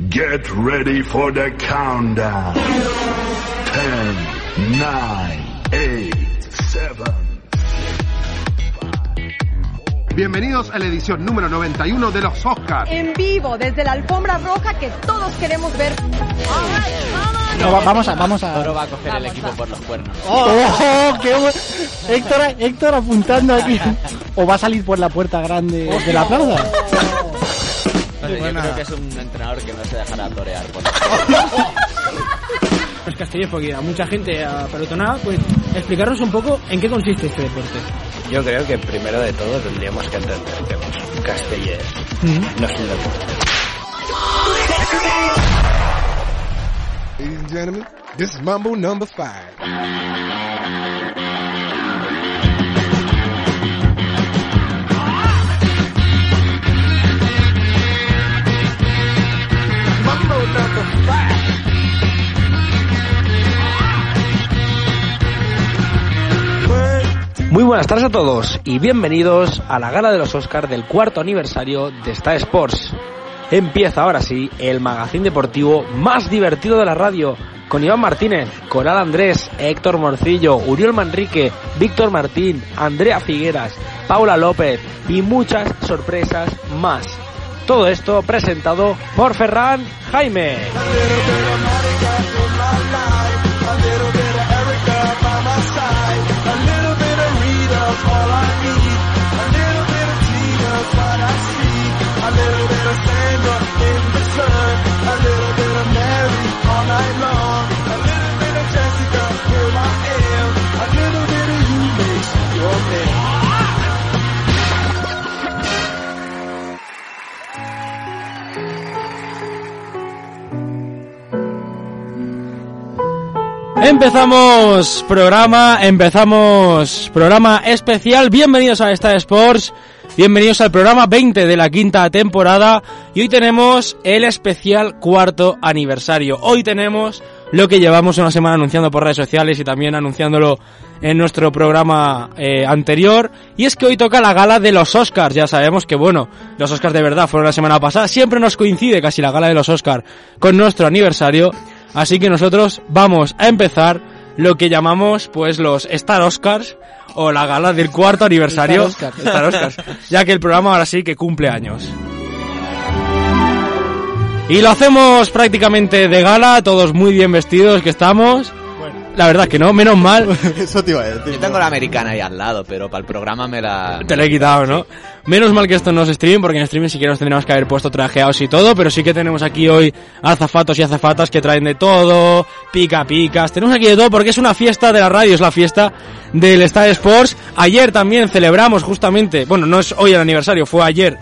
Get ready for the countdown. 10, 9, 8, 7. Bienvenidos a la edición número 91 de los Oscars. en vivo desde la alfombra roja que todos queremos ver. No, va- vamos a, vamos a. Toro va a coger el equipo por los cuernos. ¡Oh, qué bueno! Héctor, Héctor apuntando aquí. O va a salir por la puerta grande de la plaza. No sé, yo creo que es un entrenador que no se dejará torear por los los castellers porque a mucha gente pelotonada, pues explicaros un poco en qué consiste este deporte. Yo creo que primero de todo tendríamos que entender que los castellers no es un deporte. Ladies and gentlemen, this is Mumble number five. Muy buenas tardes a todos y bienvenidos a la gala de los Oscars del cuarto aniversario de Star Sports. Empieza ahora sí el magazín deportivo más divertido de la radio con Iván Martínez, Coral Andrés, Héctor Morcillo, Uriel Manrique, Víctor Martín, Andrea Figueras, Paula López y muchas sorpresas más. Todo esto presentado por Ferran Jaime. Empezamos programa, empezamos programa especial. Bienvenidos a esta Sports, bienvenidos al programa 20 de la quinta temporada. Y hoy tenemos el especial cuarto aniversario. Hoy tenemos lo que llevamos una semana anunciando por redes sociales y también anunciándolo en nuestro programa eh, anterior. Y es que hoy toca la gala de los Oscars. Ya sabemos que, bueno, los Oscars de verdad fueron la semana pasada. Siempre nos coincide casi la gala de los Oscars con nuestro aniversario. Así que nosotros vamos a empezar lo que llamamos pues los Star Oscars o la gala del cuarto aniversario. Star Oscars. Star Oscars. Ya que el programa ahora sí que cumple años. Y lo hacemos prácticamente de gala, todos muy bien vestidos que estamos. La verdad que no, menos mal. Eso te iba a Yo decir. tengo la americana ahí al lado, pero para el programa me la... Te lo he quitado, Ah, ¿no? Menos mal que esto no es streaming, porque en streaming siquiera nos tendríamos que haber puesto trajeados y todo, pero sí que tenemos aquí hoy azafatos y azafatas que traen de todo, pica picas, tenemos aquí de todo porque es una fiesta de la radio, es la fiesta del Star Sports. Ayer también celebramos justamente, bueno, no es hoy el aniversario, fue ayer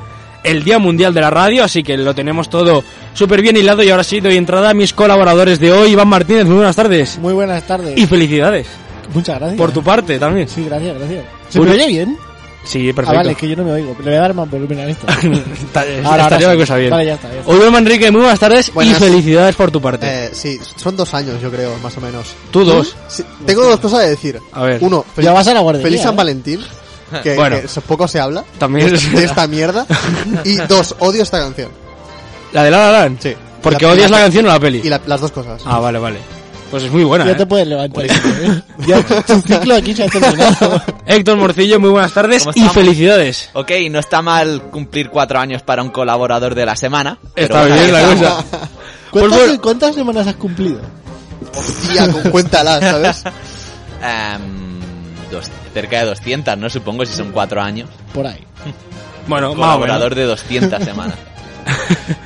el Día Mundial de la Radio, así que lo tenemos todo súper bien hilado y ahora sí doy entrada a mis colaboradores de hoy, Iván Martínez, muy buenas tardes Muy buenas tardes. y felicidades Muchas gracias. por tu parte también. Sí, gracias, gracias. ¿Se Uno- me oye bien? Sí, Ah, perfecto. vale, es que yo no me oigo. Le voy a dar más volumen a esto. Está- Ahora, estaría ahora la sí. cosa bien. Vale, ya está, ya está. Hola Manrique, muy buenas tardes Buenas. y felicidades por tu parte. Eh, sí, son dos años, yo creo, más o menos. Tú dos. Sí, tengo dos cosas de decir. A ver. Uno, Ya vas a la guardería, Feliz San ¿eh? Valentín. Que, Bueno. que so- poco se habla También es de esta mierda. Y dos, odio esta canción. la de La La Land. Sí. Porque La- odias la canción o la peli. Y la- las dos cosas. Ah, vale, vale. Pues es muy buena. Ya ¿eh? te puedes levantar. ¿eh? Ya tu ciclo aquí se ha terminado. Héctor Morcillo, muy buenas tardes ¿Cómo y estamos? felicidades. Ok, no está mal cumplir cuatro años para un colaborador de la semana. pero Está bueno, bien la ahí cosa. ¿Cuántas, bueno. cuántas semanas has cumplido? Hostia, con- cuéntala, ¿sabes? está. Em, dos- cerca de 200, ¿no? Supongo si son cuatro años. Por ahí. Bueno, más o menos. Colaborador de 200 semanas.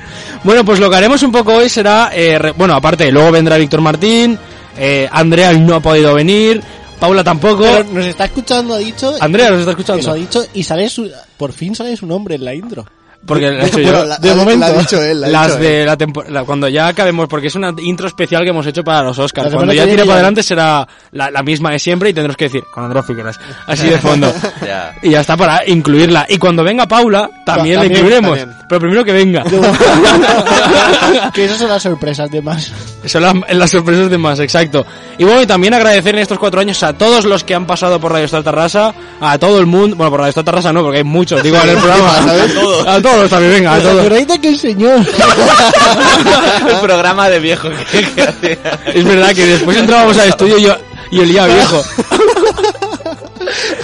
Bueno, pues lo que haremos un poco hoy será, eh, re- bueno, aparte, luego vendrá Víctor Martín, eh, Andrea no ha podido venir, Paula tampoco. Pero nos está escuchando, ha dicho. Andrea nos está escuchando. Eso ha dicho. Y sale su. Por fin sale su nombre en la intro. Porque la he hecho Bueno, yo. la- de la- momento. la ha dicho él. la ha las dicho él. de la temporada cuando ya acabemos porque es una intro especial que hemos hecho para los Oscars La semana cuando que ya viene tire para ya- adelante será la, la misma de siempre y tendremos que decir con Andrea Figueras así de fondo Ya. y ya está para incluirla y cuando venga Paula también, También, la incluiremos también. pero primero que venga que esas son las sorpresas de más. Son las, las sorpresas de más, exacto. Y bueno, y también agradecer en estos cuatro años a todos los que han pasado por Radio Star Tarrasa, a todo el mundo, bueno, por Radio Star Tarrasa no, porque hay muchos, digo, en el programa, ¿sabes? a todos, todos, a mí, venga, a ¿Os todos. acordáis de aquel señor? El programa de viejo que, que hacía. Es verdad que después entrábamos al estudio y, yo, y olía a viejo.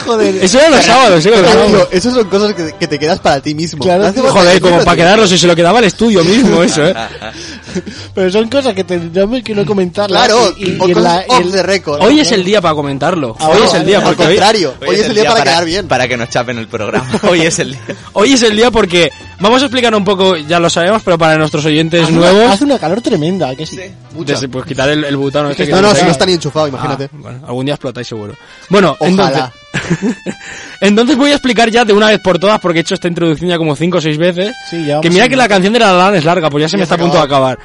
Joder. Eso era los sábados, ¿eh? Los Pero, sábados. tío, esas son cosas que, que te quedas para ti mismo. Claro, No hace falta Joder, decirlo, como tío. para quedarlo, si se lo quedaba el estudio mismo, eso, ¿eh? Pero son cosas que tendríamos que no comentar. Claro, y, y o en cosas la- off en- the record. Hoy es el día para comentarlo. Ah, Hoy no, es el día, Al porque hoy, contrario, hoy, es el día para, quedar bien. Para que nos chapen el programa. Hoy es el día. hoy es el día porque vamos a explicar un poco, ya lo sabemos, pero para nuestros Ah, oyentes hace una- nuevos, Hace una calor tremenda, que sí. mucha. desde- pues quitar el, el butano este que No, no, tenemos si no ahí. está ni enchufado, Ah, imagínate. bueno, algún día explotáis seguro. Bueno, Ojalá. entonces. entonces voy a explicar ya de una vez por todas, porque he hecho esta introducción ya como 5 o 6 veces. Sí, ya vamos que mira a- que la canción de la Lan es larga, pues ya se me Ya se está a punto de acabar.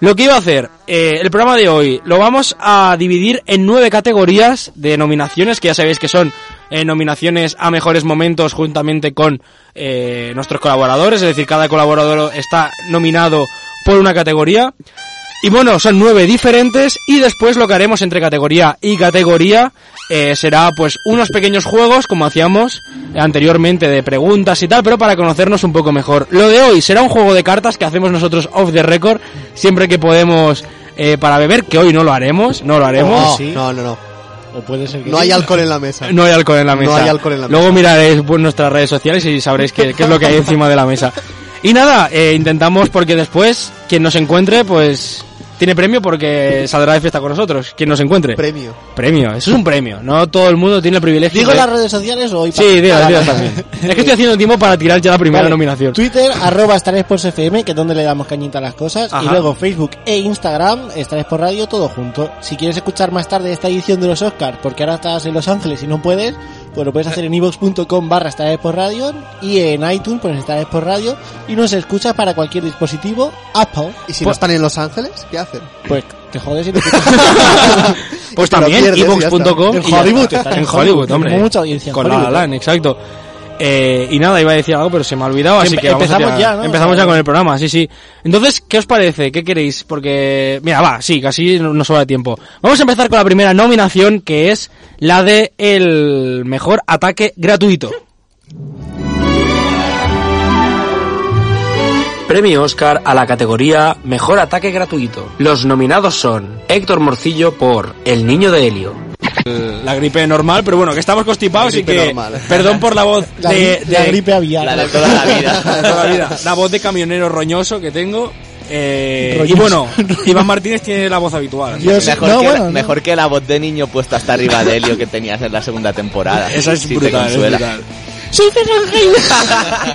Lo que iba a hacer, eh, el programa de hoy lo vamos a dividir en nueve categorías de nominaciones, que ya sabéis que son eh, nominaciones a mejores momentos juntamente con eh, nuestros colaboradores, es decir, cada colaborador está nominado por una categoría. Y bueno, son nueve diferentes y después lo que haremos entre categoría y categoría eh, será pues unos pequeños juegos como hacíamos anteriormente de preguntas y tal, pero para conocernos un poco mejor. Lo de hoy será un juego de cartas que hacemos nosotros off the record siempre que podemos eh, para beber, que hoy no lo haremos, no lo haremos. Oh, No, sí. no, no, no. O puede ser que No sí. hay alcohol en la mesa. No hay alcohol en la No mesa. hay alcohol en la Luego miraréis por nuestras redes sociales y sabréis qué, qué es lo que hay encima de la mesa. Y nada, eh, intentamos porque después quien nos encuentre, pues tiene premio porque saldrá de fiesta con nosotros. Quien nos encuentre. Premio. premio, eso es un premio. No todo el mundo tiene el privilegio. ¿Digo de- las redes sociales o hoy Sí, digo, digo también. Es que estoy haciendo tiempo para tirar ya la primera Vale, nominación. Twitter, arroba Star Sports FM, que es donde le damos cañita a las cosas. Ajá. Y luego Facebook e Instagram, Star Sports Radio, todo junto. Si quieres escuchar más tarde esta edición de los Oscars, porque ahora estás en Los Ángeles y no puedes, pues lo puedes hacer en ivox.com barra Star Sports Radio y en iTunes pones Star Sports Radio y nos escuchas para cualquier dispositivo Ah, Apple. ¿Y si no están en Los Ángeles? ¿Qué hacen? Pues te jodes y te Pues te lo también, pierdes y ya evox.com. En Hollywood, En estás en Hollywood, Hollywood, hombre. con mucha audiencia en Con La La Hollywood. Land, exacto. Eh, y nada, iba a decir algo, pero se me ha olvidado, así Empe- que vamos a empezamos tirar- ya, ¿no? Empezamos ya con el programa, sí, sí. Entonces, ¿qué os parece? ¿Qué queréis? Porque, mira, va, sí, casi no no sobra tiempo. Vamos a empezar con la primera nominación, que es la de el mejor ataque gratuito. Premio Oscar a la categoría Mejor Ataque Gratuito. Los nominados son Héctor Morcillo por El Niño de Helio. La gripe normal, pero bueno, que estamos constipados La y gripe que... normal. Perdón por la voz La, de, gri- la de- gripe aviar. La de toda la La de vida. toda la vida. La voz de camionero roñoso que tengo. eh, y Roñoso. bueno, Iván Martínez tiene la voz habitual. así Yo que- sé- Mejor, No, que, la- bueno, no. mejor que la voz de niño puesta hasta arriba de Helio que tenías en la segunda temporada. Esa es Si te brutal, es consuela. brutal. Soy Ferran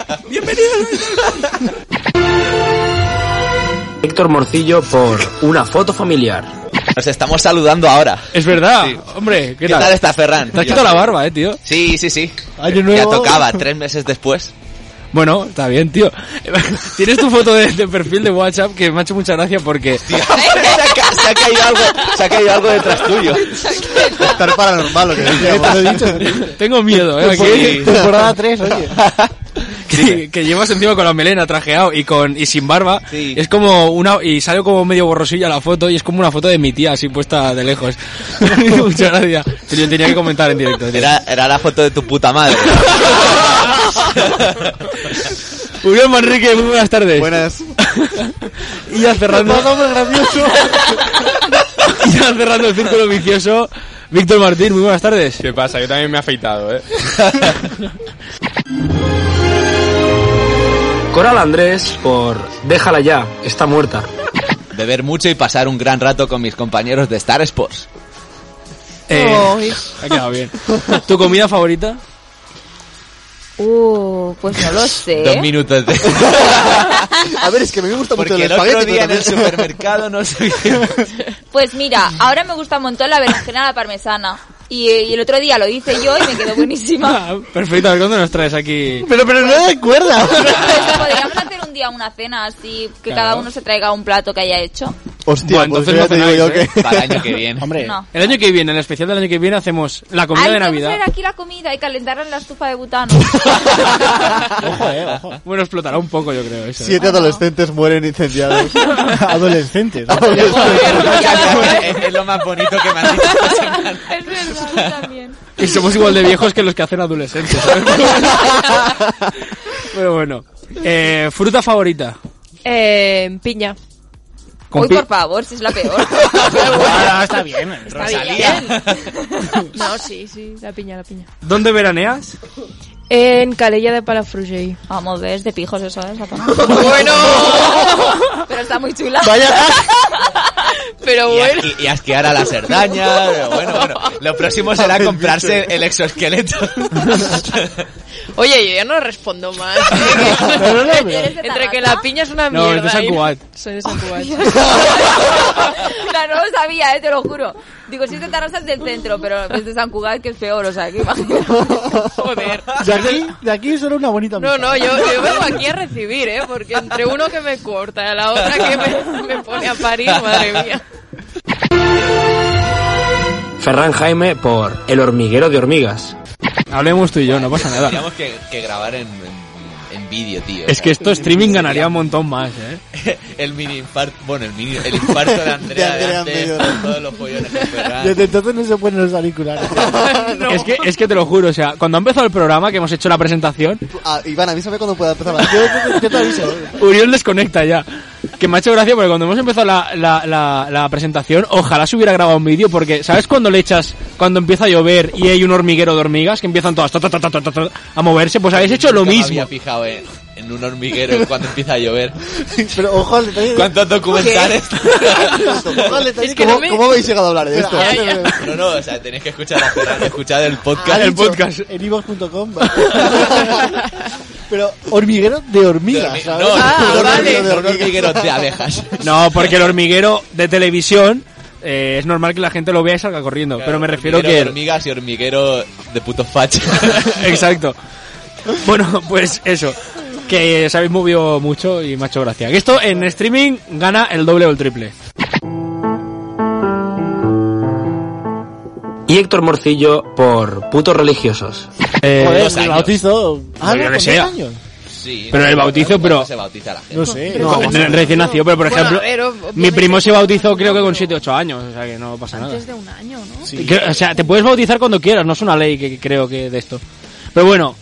Héctor Morcillo por Una Foto Familiar. Nos estamos saludando ahora. Es verdad, hombre, ¿qué, ¿Qué tal está Ferran? Te has quitado la barba, eh, tío. Sí, sí, sí. Año Ya nuevo. tocaba, tres meses después. Bueno, está bien, tío. Tienes tu foto de, de perfil de WhatsApp que me ha hecho mucha gracia porque. se, ha, ca- se ha caído algo, se ha caído algo detrás tuyo. Estar paranormal, lo que Te decíamos. lo he dicho. Tengo miedo, eh. Sí. aquí, Temporada 3, oye. que, que llevas encima con la melena trajeado y con y sin barba. Sí. Es como una. Y sale como medio borrosilla la foto y es como una foto de mi tía así puesta de lejos. Muchas gracias. Yo tenía que comentar en directo. tío. Era, era la foto de tu puta madre. Julián Manrique, muy buenas tardes. Buenas. Y ya cerrando. y ya cerrando el círculo vicioso. Víctor Martín, muy buenas tardes. ¿Qué pasa? Yo también me he afeitado, ¿eh? Coral Andrés por Déjala ya, está muerta. Beber mucho y pasar un gran rato con mis compañeros de Star Sports. Eh, ha quedado bien. ¿Tu comida favorita? Uh, pues no lo sé. Dos minutos de... A ver, es que a mí me gusta ¿Eh? mucho Porque el el otro espagueti. pero día en el también- supermercado no sé qué. Pues mira, ahora me gusta un montón la berenjena a la parmesana. Y, eh, y el otro día lo hice yo y me quedó buenísima. perfecto, a ver cuándo nos traes aquí. Pero, pero no me acuerdas. Pues podríamos hacer un día una cena así, que cada uno se traiga un plato que haya hecho. Hostia, Bueno, pues entonces ya no te digo yo cenáis, ¿eh? que... Para el año que viene. Hombre, No. El año que viene, el especial del año que viene, hacemos la comida Ay, de tengo que Navidad. traer aquí la comida y calentarla en la estufa de butano. ojo, eh, ojo. Bueno, explotará un poco, yo creo. Eso, ¿eh? Siete adolescentes mueren incendiados. Adolescentes. Ah, ¿no? es, es lo más bonito que me han dicho. es verdad, yo también. Y somos igual de viejos que los que hacen adolescentes. ¿sabes? ¿eh? Pero bueno. Eh, ¿Fruta favorita? Eh, piña. Con Uy, pi- por favor, si es la peor. Ah, está bien, Está bien. No, sí, sí, la piña, la piña. ¿Dónde veraneas? En Calella de Palafrugell. Vamos, ves, de pijos eso, ¿eh? Esa zona. Bueno. Pero está muy chula. Vaya Pero Y, asqui- y asquear a la Cerdaña. pero Bueno, bueno. Lo próximo será comprarse el exoesqueleto. Oye, yo ya no respondo más. No, no, no, no. Entre que la piña es una No, mierda. eres de San y- Cugat. Soy de San Cugat. No, no lo sabía, eh, te lo juro. Digo, si es de Tarrasa es del centro, pero es de San Cugat que es peor, o sea, que imagino. Joder. De aquí, de aquí solo una bonita No, amistad. no, yo, yo vengo aquí a recibir, ¿eh? Porque entre uno que me corta y a la otra que me, me pone a parir, madre mía. Ferran Jaime por El hormiguero de hormigas. Hablemos tú y yo, no pasa nada. Teníamos que, que grabar en, en, en vídeo, tío. Es que esto streaming ganaría un montón más, eh. El mini infarto. Bueno, el mini. El infarto de Andrea. De de Andrea antes, medio. con todos los pollones que Ferran. Desde entonces no se ponen los auriculares. Es, que, es que te lo juro, o sea, cuando ha empezado el programa, que hemos hecho la presentación, Ah, Iván, avísame cuando pueda empezar. Yo, yo- yo te aviso. Uriel desconecta ya. Que me ha hecho gracia porque cuando hemos empezado la, la, la, la presentación, ojalá se hubiera grabado un vídeo porque, ¿sabes cuando le echas, cuando empieza a llover y hay un hormiguero de hormigas que empiezan todas ta, ta, ta, ta, ta, ta, a moverse? Pues habéis hecho lo Nunca me mismo. había fijado en, en un hormiguero cuando empieza a llover. Pero ojo al detalle. ¿Cuántos documentales? Ojo al detalle. Es que ¿Cómo, no me- cómo habéis llegado a hablar de esto? No, no, o sea, tenéis que escuchar a Ferran, escuchar el Ha podcast. dicho En iVoox.com. Pues Pero hormiguero de hormigas. No, ¿sabes? no, Hormiguero vale. de no, un hormigas. hormiguero de abejas. No, porque el hormiguero de televisión eh, es normal que la gente lo vea y salga corriendo. pero me refiero Hormiguero de que... hormigas y hormiguero de puto facha. Exacto. Bueno, pues eso. Que eh, se habéis movido mucho y me ha hecho gracia. Que esto en streaming gana el doble o el triple. Y Héctor Morcillo por Putos religiosos. Eh, Joder, dos me años. bautizo. Ah, Lo no, que ¿con sea. dos años? Sí, Pero el bautizo, pero- Se bautiza la gente. No sé. No, no. re- recién nacido, pero por Bueno, ejemplo, a ver, ob- mi primo se bautizó creo que con 7 8 años, o sea que no pasa nada. de un año, ¿no? Que- O sea, te puedes bautizar cuando quieras, no es una ley que que creo que de esto. Pero bueno,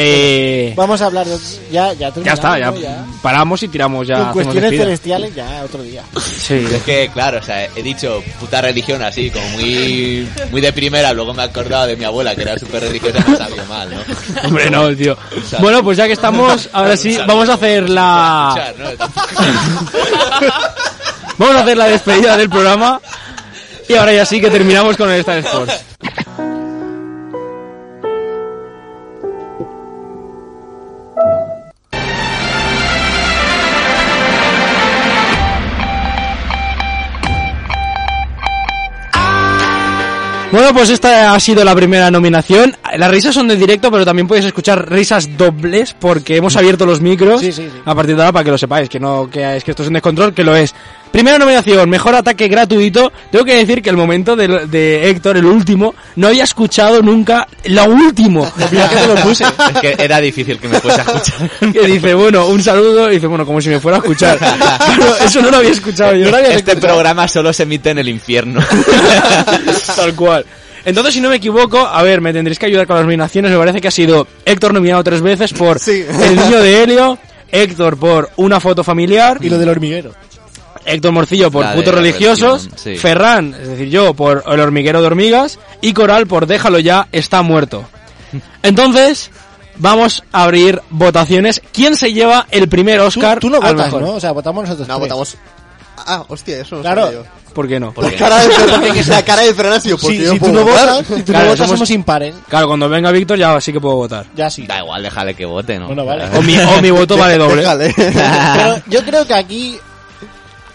eh, Vamos a hablar de... Ya, ya ya terminamos, está, ya ¿no? paramos y tiramos ya. Con hacemos cuestiones despida. celestiales ya otro día. Sí. Es que, claro, o sea, he dicho puta religión así, como muy, muy de primera. Luego me he acordado de mi abuela, que era súper religiosa, me sabía mal, ¿no? Hombre, no, tío. Bueno, pues ya que estamos, ahora sí, vamos a hacer la... Escuchar, ¿no? Tampoco- Vamos a hacer la despedida del programa. Y ahora ya sí que terminamos con el Star Sports. Bueno, pues esta ha sido la primera nominación. Las risas son de directo, pero también podéis escuchar risas dobles porque hemos abierto los micros Sí, sí, sí. a partir de ahora para que lo sepáis, que no que es que esto es un descontrol, que lo es. Primera nominación, mejor ataque gratuito. Tengo que decir que el momento de, de Héctor, el último, no había escuchado nunca lo último. Mira que te lo puse. Es que era difícil que me fuese a escuchar. Que dice, bueno, un saludo, y dice, bueno, como si me fuera a escuchar. Pero eso no lo había escuchado yo. Este programa solo se emite en el infierno. Tal cual. Entonces, si no me equivoco, a ver, me tendréis que ayudar con las nominaciones. Me parece que ha sido Héctor nominado tres veces por Sí. El niño de Helio, Héctor por Una foto familiar, Y lo del hormiguero. Héctor Morcillo por La de Putos la religiosos, versión, sí. Ferran, es decir, yo por El hormiguero de hormigas y Coral por Déjalo ya, está muerto. Entonces, vamos a abrir votaciones. ¿Quién se lleva el primer Tú, Oscar? tú no al votas, mejor? ¿no? O sea, votamos nosotros No, tres. votamos. Ah, hostia, eso no Claro. sabía yo. ¿Por qué no? Porque- Cara de Fernández, la cara de Fernández, tío, pues, porque Si, yo si tú puedo no votar. votas, si tú Claro, no votas somos- somos impares. Claro, cuando venga Víctor ya sí que puedo votar. Ya sí. Da igual, déjale que vote, ¿no? Bueno, vale. O mi, o mi voto vale doble. Déjale. Ah. Pero yo creo que aquí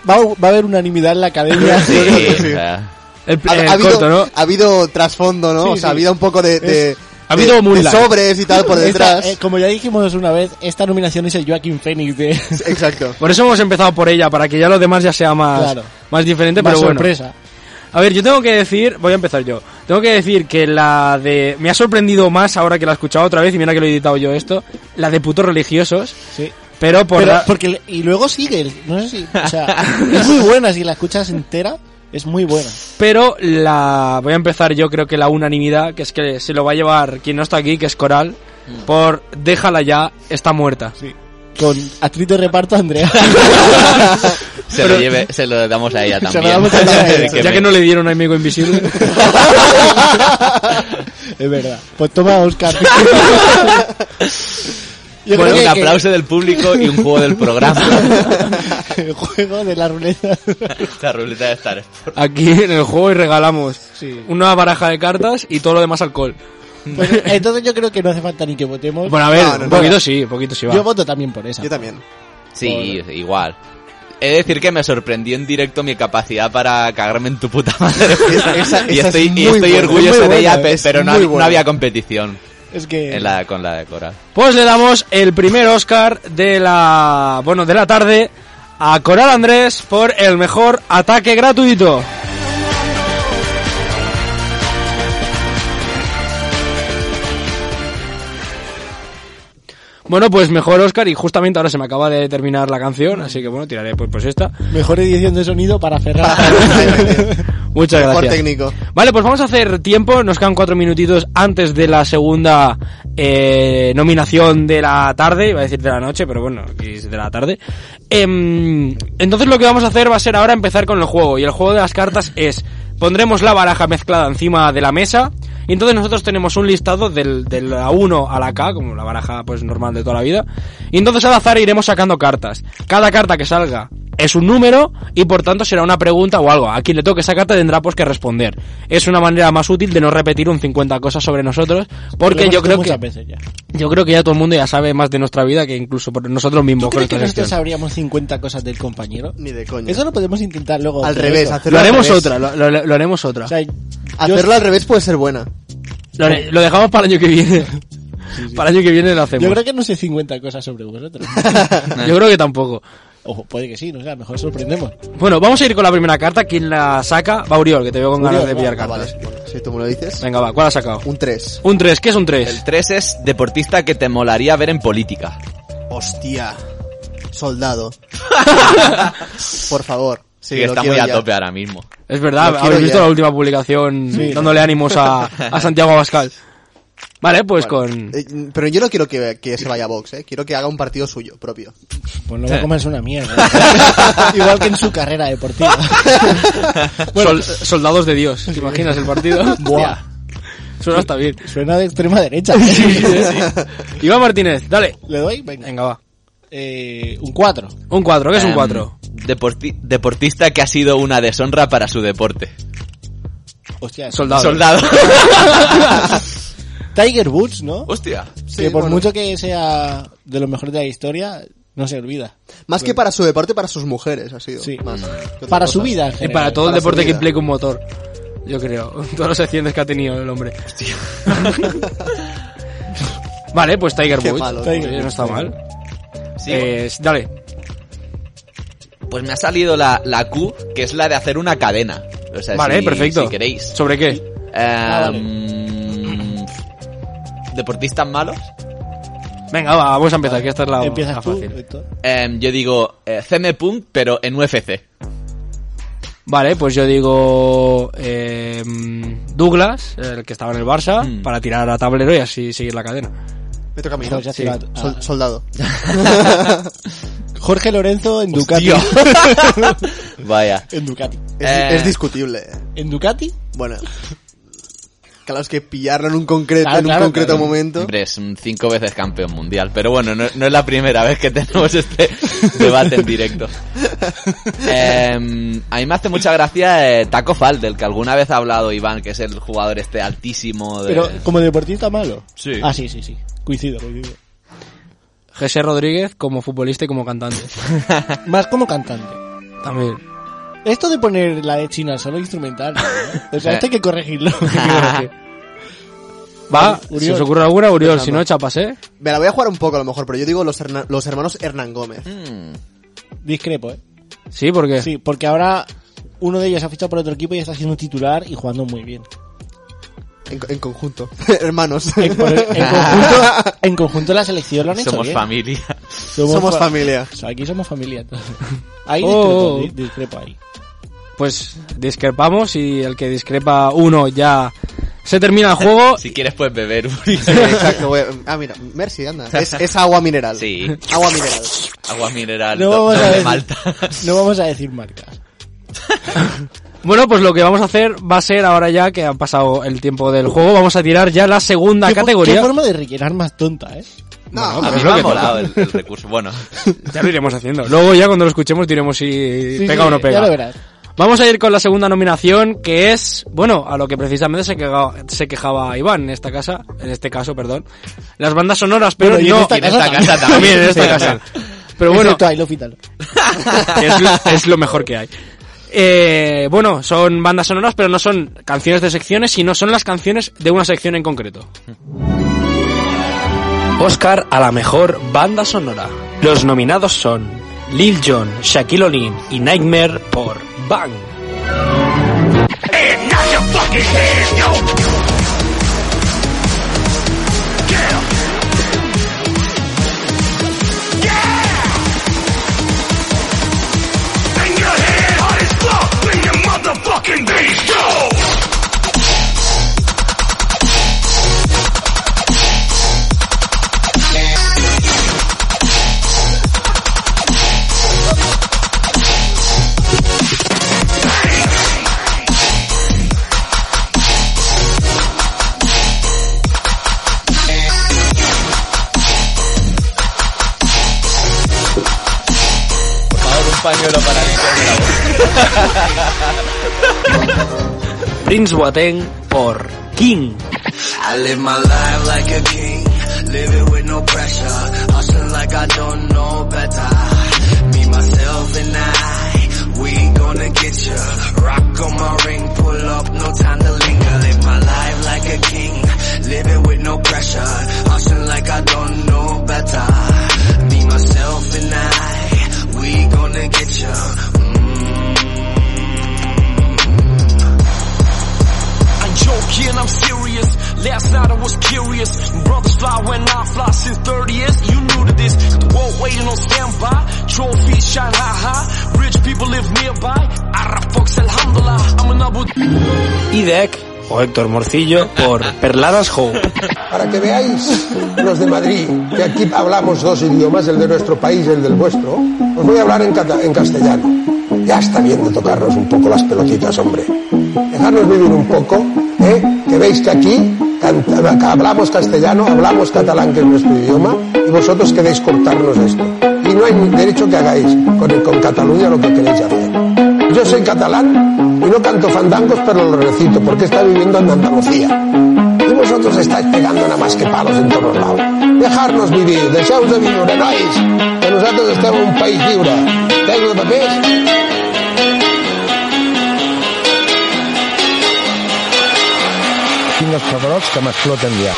va, va a haber unanimidad en la academia. Sí, Yo creo que o sí. Ah. sea, El, Ha, ha el habido, corto, ¿no? ha habido trasfondo, ¿no? Sí, o sea, ha sí. habido un poco de, de, Ha de- habido de Moonlight. sobres y tal por ¿eh? Esta, detrás. eh, como ya dijimos una vez, esta nominación es el Joaquín Phoenix de Exacto. Por eso hemos empezado por ella, para que ya los demás ya sea más, Claro. más diferente, Más pero bueno. sorpresa. A ver, yo tengo que decir, voy a empezar yo. Tengo que decir que la de. Me ha sorprendido más ahora que la he escuchado otra vez, y mira que lo he editado yo esto. La de putos religiosos. Sí. Pero por. Pero- la- porque le- y luego sigue, el- no sé si, o sea, es muy buena si la escuchas entera, es muy buena. pero la. Voy a empezar yo, creo que la unanimidad, que es que se lo va a llevar quien no está aquí, que es Coral. por Déjala ya, está muerta. Mm. Con actriz de reparto Andrea. Se, lo lleve- se lo damos a ella Se lo también. damos a ella. Que ya me- que no le dieron a Amigo Invisible. es verdad. Pues toma Oscar. Yo Bueno, creo un que- aplauso del público y un juego del programa. El juego de la ruleta. La ruleta de Star Sport. Aquí en el juego y regalamos una baraja de cartas y todo lo demás alcohol. Bueno, entonces yo creo que no hace falta ni que votemos. Bueno, a ver, No, no, un no. poquito sí, un poquito sí va. Yo voto también por esa. Yo también. Sí, igual. He de decir que me sorprendió en directo mi capacidad para cagarme en tu puta madre. esa- y esa estoy, es y muy estoy buena, orgulloso es muy de ella, buena, pe- es pero no, muy no buena. había competición Es que. en la, con la de Cora. Pues le damos el primer Oscar de la bueno de la tarde a Coral Andrés por el mejor ataque gratuito. Bueno, pues mejor Oscar y justamente ahora se me acaba de terminar la canción, así que bueno, tiraré pues, pues esta. Mejor edición de sonido para Ferrar. Muchas Mejor gracias. técnico. Vale, pues vamos a hacer tiempo. Nos quedan cuatro minutitos antes de la segunda eh, nominación de la tarde. Iba a decir de la noche, pero bueno, aquí es de la tarde. Em, entonces lo que vamos a hacer va a ser ahora empezar con el juego. Y el juego de las cartas es... Pondremos la baraja mezclada encima de la mesa. Y entonces nosotros tenemos un listado del, de la 1 a la K, como la baraja pues normal de toda la vida. Y entonces al azar iremos sacando cartas. Cada carta que salga es un número y por tanto será una pregunta o algo. A quien le toque esa carta tendrá pues que responder. Es una manera más útil de no repetir un 50 cosas sobre nosotros porque yo creo que Muchas veces ya. yo creo que ya todo el mundo ya sabe más de nuestra vida que incluso por nosotros mismos con ¿Crees que este esta nosotros sección. sabríamos 50 cosas del compañero? Ni de coña. Eso lo podemos intentar luego. Al hacer revés, eso. hacerlo Lo al haremos revés. otra, lo, lo- lo haremos otra. O sea, Hacerlo al revés puede ser buena. Lo, lo dejamos para el año que viene. Para el año que viene lo hacemos. yo creo que no sé 50 cosas sobre vosotros. Yo creo que tampoco. Ojo, puede que sí, no sé, a lo mejor sorprendemos. Bueno, vamos a ir con la primera carta. ¿Quién la saca? Va Uriol, que te veo con ganas de Uriol, pillar va, va, cartas. vale. Si tú me lo dices. Venga, va, ¿cuál ha sacado? Un 3. Un 3, ¿qué es un 3? El 3 es deportista que te molaría ver en política. Hostia. Soldado. Por favor. Sí, Sí, lo está quiero muy a ya. tope ahora mismo. Es verdad, Lo quiero habéis visto ya. la última publicación Sí. dándole ánimos a, a Santiago Abascal. Vale, pues con... Eh, pero yo no quiero que, que se vaya a Vox, eh. Quiero que haga un partido suyo, propio. Pues eh, no va a comerse una mierda. Igual que en su carrera deportiva. Sol- soldados de Dios, ¿te imaginas el partido? Buah. Suena hasta bien. Suena de extrema derecha. Iván Martínez, dale. ¿Le doy? Venga. Venga, va. Eh, un 4. Un 4, ¿qué es un Em, 4? deporti- deportista que ha sido una deshonra para su deporte. Hostia, Soldado. Soldado. Tiger Woods, ¿no? Hostia. que por bueno. mucho que sea de los mejores de la historia, no se olvida. Más que para su deporte, para sus mujeres ha sido. Sí. Más que otra Para su cosa. vida, en Y general. para todo el para su deporte que vida. implica un motor. Yo creo. Todos los accidentes que ha tenido el hombre. vale, pues Tiger Qué Woods. malo, Oye, Tiger no Woods. está mal. Sí. Eh, dale. Pues me ha salido la, la Q, que es la de hacer una cadena. O sea, Vale, si- perfecto. Si queréis. ¿Sobre qué? Em, Ah, ¿Deportistas malos? Venga, va, vamos a empezar, que esta es la, la Empiezas tú, fácil. Héctor. Em, yo digo eh, CM Punk, pero en UFC. Vale, pues yo digo eh, Douglas, el que estaba en el Barça, Mm. para tirar a tablero y así seguir la cadena. Me toca a mí. ¿no? Pues ya Sí. tira- Sol- ah. soldado. Jorge Lorenzo en Ducati. Vaya. en Ducati. Es, Eh. es discutible. ¿En Ducati? Bueno. Claro, es que pillarlo en un concreto, Claro, en un claro, concreto claro. momento. Hombre, es un cinco veces campeón mundial. Pero bueno, no, no es la primera vez que tenemos este debate en directo. Em, a mí me hace mucha gracia eh, Taco Fall, del que alguna vez ha hablado Iván, que es el jugador este altísimo de... Pero como deportista malo. Sí. Ah, sí, sí, sí. Coincido, coincido. José Rodríguez como futbolista y como cantante. Más como cantante. También. Esto de poner la de China solo instrumental, ¿no? O sea, esto hay que corregirlo. Va, Uriol. si os ocurre alguna, Uriol, si no, chapas, ¿eh? Me la voy a jugar un poco a lo mejor, pero yo digo los, Herna- los hermanos Hernán Gómez. Mm, Discrepo, ¿eh? Sí, porque... Sí, porque ahora uno de ellos ha fichado por otro equipo y está siendo titular y jugando muy bien. En, en conjunto. hermanos. En, por- en conjunto, en conjunto la selección lo han hecho somos bien. familia. Somos, Somos fa- familia. o sea, aquí somos familia. entonces. Ahí Oh, discrepo, oh, oh. di- discrepo ahí. Pues discrepamos y el que discrepa uno ya se termina el juego. Si quieres puedes beber. exacto, güey. Ah, mira, Mercy, anda. Es, es agua mineral. Sí. Agua mineral. Agua Pues mineral. No do- vamos a doble decir- malta. No vamos a decir marcas. Bueno, pues lo que vamos a hacer va a ser ahora ya que han pasado el tiempo del juego, vamos a tirar ya la segunda ¿Qué, fo- categoría. qué forma de rellenar más tonta, ¿eh? No, a pero mí es me lo ha que molado toca. el, el recurso. Pues Bueno, Ya lo iremos haciendo. Luego ya cuando lo escuchemos diremos si Sí, pega sí, o no pega. Ya lo verás. Vamos a ir con la segunda nominación, que es, bueno, a lo que precisamente se quejaba, se quejaba Iván en esta casa, en este caso, perdón. Las bandas sonoras, pero Bueno, y en no esta y casa también. también, en esta Sí. casa. Pero bueno, Excepto I Love Italo. que es, lo, es lo mejor que hay. Eh, bueno, son bandas sonoras, pero no son canciones de secciones, sino son las canciones de una sección en concreto. Oscar a la mejor banda sonora. Los nominados son Lil Jon, Shaquille O'Neal y Nightmare por Bang. por favor, un pañuelo para limpiarme la voz. Prince Boateng por King. I live my life like a king, living with no pressure, hustling like I don't know better. Me, myself, and I, we ain't gonna get ya. Rock on my ring, pull up, no time to linger. Live my life like a king, living with no pressure, hustling like I don't know better. Me, myself, and I, we ain't gonna get ya. Mm. I'm joking, I'm serious. Last night I was curious. Brothers fly when I fly since 30 years. You new to this. The world waiting on standby. Trophies shine high high. Rich people live nearby. Arab folks, alhamdulillah. I'm an Abu Idek o Héctor Morcillo por Perladas Hope. Para que veáis, los de Madrid, que aquí hablamos dos idiomas, el de nuestro país y el del vuestro, os voy a hablar en, cata- en castellano. Ya está bien de tocarnos un poco las pelotitas, hombre. Dejarnos vivir un poco, ¿eh? que veis que aquí canta- hablamos castellano, hablamos catalán, que es nuestro idioma, y vosotros queréis cortarnos esto. Y no hay derecho que hagáis con, el- con Cataluña lo que queréis hacer. Yo soy catalán y no canto fandangos, pero lo recito, porque está viviendo en Andalucía. Y vosotros estáis pegando nada más que palos en todos lados. Dejarnos vivir, deixeu de viure, nois, que nosaltres estem en un país lliure. Tengo de papers? Tinc els pebrots que m'exploten ja.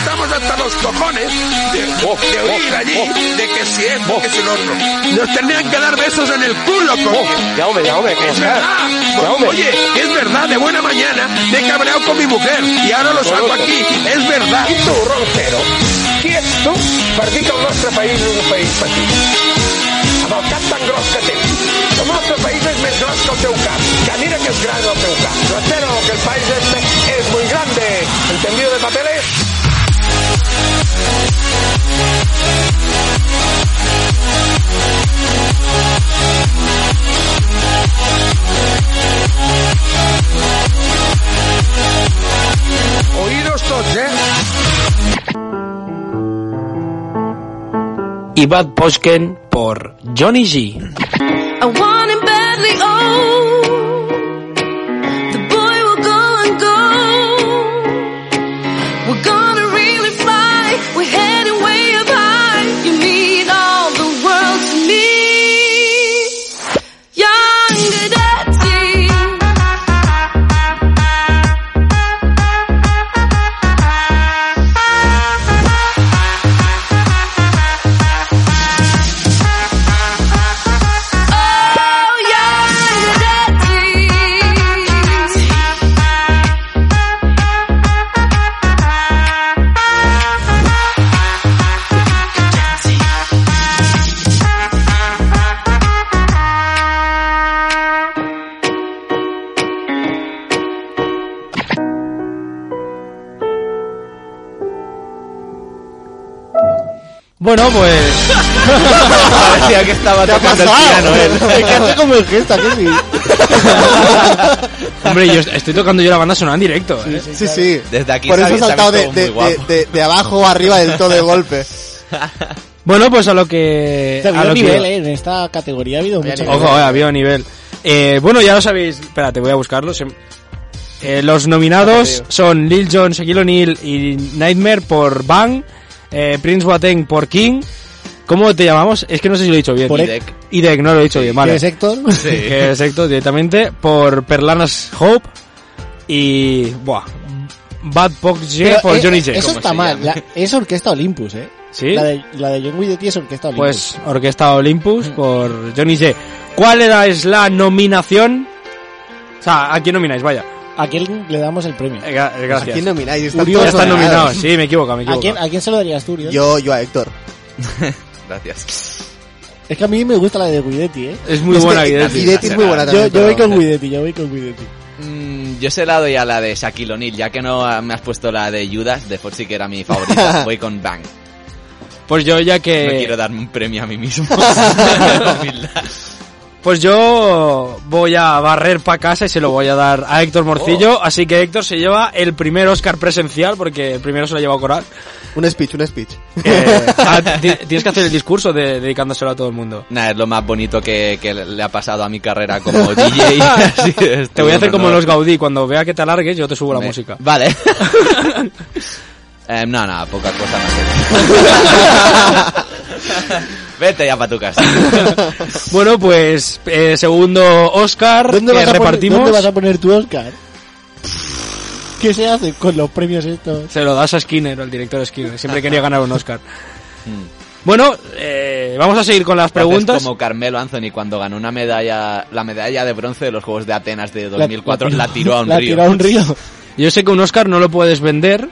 Estamos hasta los cojones de, de oír allí de que si es, que si el otro. Nos tendrían que dar besos en el culo, coño. Oh, Ya, hombre, ya, hombre, que Es ya. verdad. Ya, hombre. Oye, es verdad, de buena mañana me he cabreado con mi mujer y ahora lo saco Conozco. aquí. Es verdad. I tu, Roncero, qui ets tu per dir que el nostre país és un país petit? Amb el cap tan gros que tens. El nostre país és més gros que el teu cap. Ja mira que és gran el teu cap. Roncero, que el país este és muy grande. ¿Entendido de papeles? Oídos tots, eh? Y Bad Posken por Johnny I G. want him badly, oh. The boy will go and go. We're gonna really fly. We're heading way up high. You need all the world to me. Young Daddy. Oh, young Daddy. Bueno, pues. Parecía que estaba ¿Te ha tocando el pasado? piano él. Es que hace como el gesta, que sí. Hombre, yo est- estoy tocando yo la banda sonora en directo. ¿eh? Sí, sí. Desde Por eso he saltado de, de- de- de- de abajo arriba del todo de golpe. Bueno, pues a lo que. Ha a habido lo que- nivel, ¿eh? En esta categoría ha habido mucho Ojo, eh, había nivel. Eh, bueno, ya lo sabéis. Espérate, voy a buscarlo. se- Eh, los nominados son Lil Jon, Shaquille O'Neal y Nightmare por Bang, eh, Prince Boateng por King. ¿Cómo te llamamos? Es que no sé si lo he dicho bien. Por Idek. Idek. Idek, no lo he dicho bien, eh, vale. ¿Quieres Héctor? Sí. Que es Héctor directamente. Por Perlanas Hope y. Buah. Bad Pop J Pero, por eh, Johnny J. Eso como está se mal. llame. la- es Orquesta Olympus, ¿eh? ¿Sí? La de, la de John Widow es Orquesta Olympus. Pues Orquesta Olympus por Johnny J. ¿Cuál era es la nominación? O sea, ¿a quién nomináis? Vaya. ¿A quién le damos el premio? Eh, gra- eh, gracias. ¿A quién nomináis? Están Ya todos están nominados. nominados. Sí, me equivoco, me ¿A equivoco. quién, ¿A quién se lo darías tú, Oriol? Yo, yo a Héctor. Gracias. Es que a mí me gusta la de Guidetti, ¿eh? Es muy Es que buena Guidetti. Guidetti. Guidetti es muy buena Yo, también. yo voy con Guidetti, yo voy con Guidetti. Mm, Yo se la doy a la de Shaquille O'Neal, ya que no ah, me has puesto la de Judas, de Foxy que era mi favorita. Voy con Bang. Pues yo ya que... No quiero darme un premio a mí mismo. Humildad. Pues yo voy a barrer para casa y se lo voy a dar a Héctor Morcillo. Así que Héctor se lleva el primer Oscar presencial porque el primero se lo ha llevado Coral. Un speech, un speech. Eh, ah, ti- tienes que hacer el discurso de- dedicándoselo a todo el mundo. Nah, es lo más bonito que, que le ha pasado a mi carrera como DJ. Así que es Te voy a todo hacer un como honor. los Gaudí. Cuando vea que te alargues, yo te subo la Me- música. Vale. Eh, no, no, poca cosa no sé. Vete ya para tu casa. Bueno, pues eh, segundo Oscar ¿Dónde que vas, a poner, repartimos. ¿Dónde vas a poner tu Oscar? ¿Qué se hace con los premios estos? Se lo das a Skinner, al director Skinner. Siempre quería ganar un Oscar. Hmm. Bueno, eh, vamos a seguir con las Haces preguntas. como Carmelo Anthony cuando ganó una medalla, la medalla de bronce de los Juegos de Atenas de 2004, la, tiró a un río. Yo sé que un Oscar no lo puedes vender.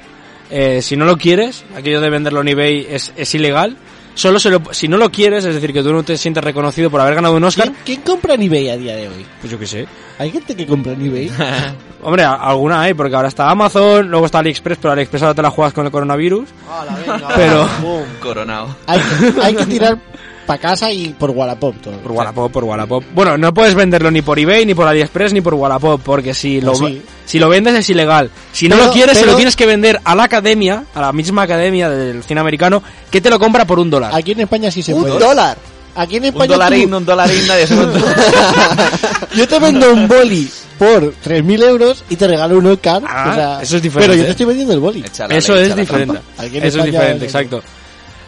eh, si no lo quieres, aquello de venderlo en eBay es, es ilegal. Solo se lo- si no lo quieres, es decir, que tú no te sientes reconocido por haber ganado un Oscar. ¿Quién compra en eBay a día de hoy? Pues yo qué sé. ¿Hay gente que compra en eBay? Hombre, a- alguna hay, porque ahora está Amazon, luego está AliExpress, pero AliExpress ahora te la juegas con el coronavirus. pero Coronado. Hay, hay que tirar para casa y por Wallapop todo. por Wallapop, por Wallapop. Bueno, no puedes venderlo ni por eBay, ni por AliExpress, ni por Wallapop, porque si lo, Pues sí. si lo vendes es ilegal. Si no Pero- lo quieres, se pero- lo tienes que vender a la academia, a la misma academia del cine americano, que te lo compra por un dólar. Aquí en España sí se Un puede. dólar. Aquí en Un España dolarín, tú- un dolarín, nadie se lo- yo te vendo un boli por 3.000 euros y te regalo un Oscar. Ah, o sea, eso es diferente. Pero yo te estoy vendiendo el boli. Echa la Eso ley, es echa la diferente. trampa. Aquí en Eso es España diferente, es- exacto.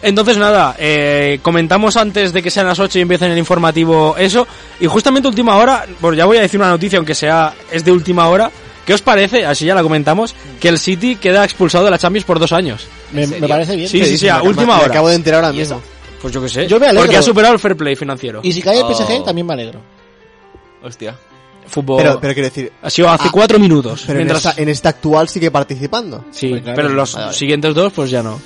Entonces nada, eh, comentamos antes de que sean las 8 y empiecen el informativo eso. Y justamente última hora, bueno, ya voy a decir una noticia, aunque sea es de última hora. ¿Qué os parece? Así ya la comentamos, que el City queda expulsado de la Champions por dos años. Me, me parece bien. Sí, que sí, sí, dices, a me última acabo- hora. Me acabo de enterar ahora mismo. Pues yo qué sé. Yo me alegro. Porque ha superado el fair play financiero. Y si cae el PSG Oh. también me alegro. Hostia. Fútbol. Pero, pero quiero decir. ha sido hace ah, cuatro minutos. Pero mientras- en, esta, en esta actual sigue participando. sí, Pues claro. pero los Vale, vale. siguientes dos, pues ya no.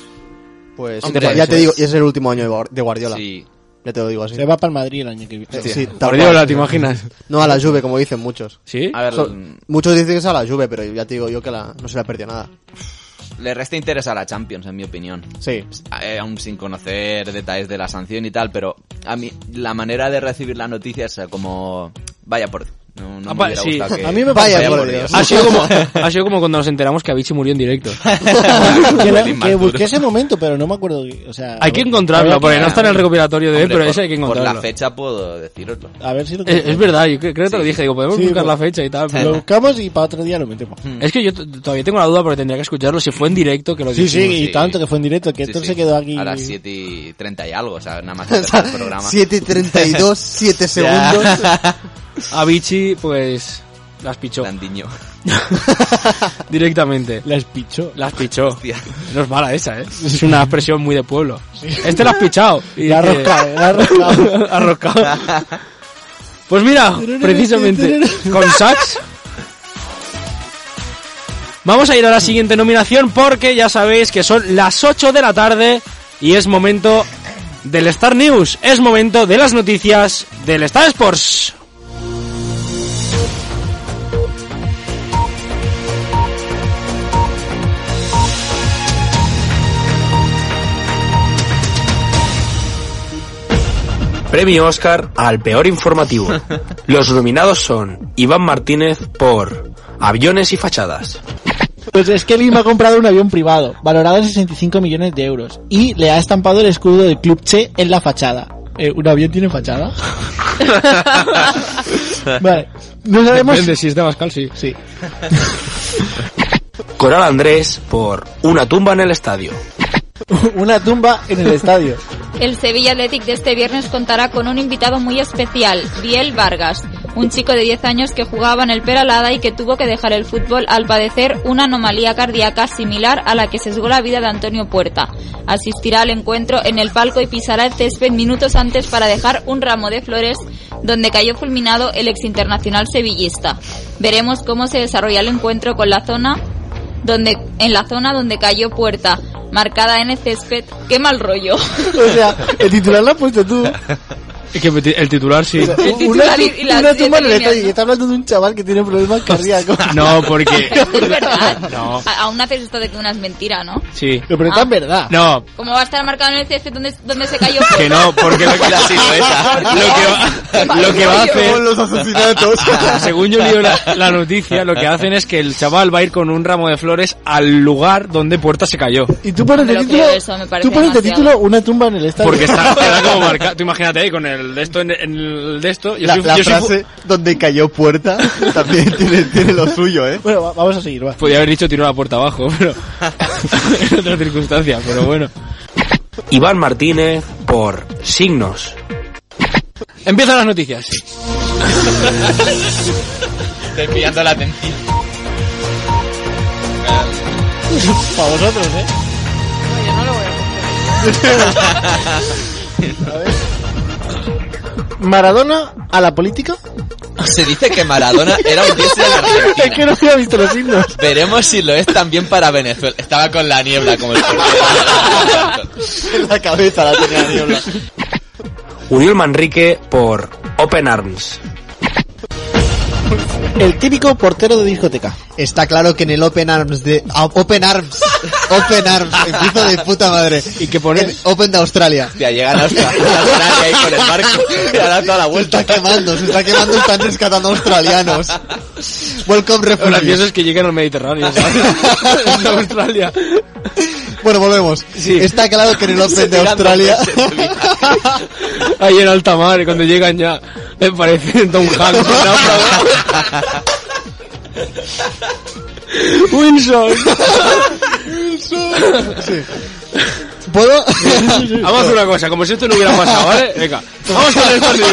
Pues Hombre, ya- ya eso te digo, es. y es el último año de Guar- de Guardiola. Sí. Ya te lo digo así. Se va para el Madrid el año que viene. Sí, sí, tal Guardiola, cual. ¿te imaginas? No a la Juve, como dicen muchos. ¿Sí? A ver, mm. Son- muchos dicen que es a la Juve, pero ya te digo yo que la, no se le ha perdido nada. le resta interés a la Champions, en mi opinión. Sí. Eh, aún sin conocer detalles de la sanción y tal, pero a mí la manera de recibir la noticia es eh, como vaya por no, no Ah, me pa- hubiera sí. gustado que A mí me parece- Vaya por Dios. Ha sido, como, ha sido como cuando nos enteramos que Avicii murió en directo. Que, la- Duele más que duro. busqué ese momento, pero no me acuerdo. O sea, Hay que encontrarlo, habría porque no está en el recopilatorio de hoy, Hombre, pero por- ese hay que Por encontrarlo. la fecha puedo deciroslo. A ver si lo Es, es verdad, yo creo que te lo dije, digo, podemos Sí, buscar pues- la fecha y tal. Lo Pero... buscamos y para otro día lo metemos. Mm. Es que yo t- todavía tengo la duda porque tendría que escucharlo si fue en directo que lo Sí, sí, dijimos. y sí. tanto que fue en directo, que Sí, esto sí. se quedó aquí. A las 7 y 30 y algo, o sea, nada más empezar el programa. 7.32, 7 Ya. segundos. Avicii, pues, las pichó Landiño. directamente. Las pichó. Las pichó. Hostia. No es mala esa, ¿eh? Es una expresión muy de pueblo. Este la has pichado. Y La ha dice- roscado, la ha roscado. Ha roscado. Pues mira, precisamente, con Sax. Vamos a ir a la siguiente nominación porque ya sabéis que son las 8 de la tarde y es momento del Star News, es momento de las noticias del Star Sports. Premio Oscar al peor informativo. Los nominados son Iván Martínez por Aviones y Fachadas. Pues es que Lima ha comprado un avión privado, valorado en 65 millones de euros, y le ha estampado el escudo del Club Che en la fachada. Eh, ¿Un avión tiene fachada? Vale. No sabemos... Depende, si es de Abascal, sí. Sí. Coral Andrés por Una tumba en el estadio. Una tumba en el estadio. El Sevilla Athletic de este viernes contará con un invitado muy especial, Biel Vargas, un chico de 10 años que jugaba en el Peralada y que tuvo que dejar el fútbol al padecer una anomalía cardíaca similar a la que sesgó la vida de Antonio Puerta. Asistirá al encuentro en el palco y pisará el césped minutos antes para dejar un ramo de flores donde cayó fulminado el exinternacional sevillista. Veremos cómo se desarrolla el encuentro con la zona donde en la zona donde cayó Puerta, marcada en el césped. ¡Qué mal rollo! O sea, el titular lo has puesto tú. Es que el titular sí. El una titular y- y las una tumba siete líneas, en el estadio. Y está hablando de un chaval que tiene problemas cardíacos. No, porque. Es verdad. No. A- Aún haces esto de que una es mentira, ¿no? Sí. Pero está en verdad. No, ¿Cómo va a estar marcado en el césped donde, donde se cayó? que no, porque lo que, lo que va, lo que va a hacer. Con los asesinatos. Según yo leo la, la noticia, lo que hacen es que el chaval va a ir con un ramo de flores al lugar donde Puerta se cayó. Y tú pones me de lo título, creo eso, me parece tú pones de demasiado. título una tumba en el estadio. Porque está, queda como marcado. Tú imagínate ahí con el de esto en en el de esto. Yo La, soy- la yo soy fu- frase donde cayó puerta también tiene, tiene lo suyo, ¿eh? Pues Bueno, va- vamos a seguir, va. Podría haber dicho tiró la puerta abajo, pero. en otras circunstancias, pero bueno. Iván Martínez por Signos. Empiezan las noticias. Estoy pillando la atención. Para vosotros, ¿eh? No, yo no lo voy a Maradona a la política. Se dice que Maradona era un dios de la es que Argentina. no había visto los signos. Veremos si lo es también para Venezuela. Estaba con la niebla como el La cabeza la tenía niebla. Uriel Manrique por Open Arms. El típico portero de discoteca. Está claro que en el Open Arms de... ah, Open Arms. Open Arms. Empiezo de puta madre. ¿Y que pones? En Open de Australia. Hostia, llegan a Austra- a Australia ahí con el barco. Le dan toda la Se vuelta. está quemando, se está quemando, están rescatando australianos. Welcome Lo gracioso refugees. es que lleguen al Mediterráneo, ¿sabes? En Australia. Bueno, volvemos. Está claro que en el Open de Australia... Ahí en alta mar, y cuando llegan ya, me parece Don Hanks. náufrago. Wilson. ¿Puedo? Vamos a hacer una cosa, como si esto no hubiera pasado, ¿vale? Venga, vamos con el partido.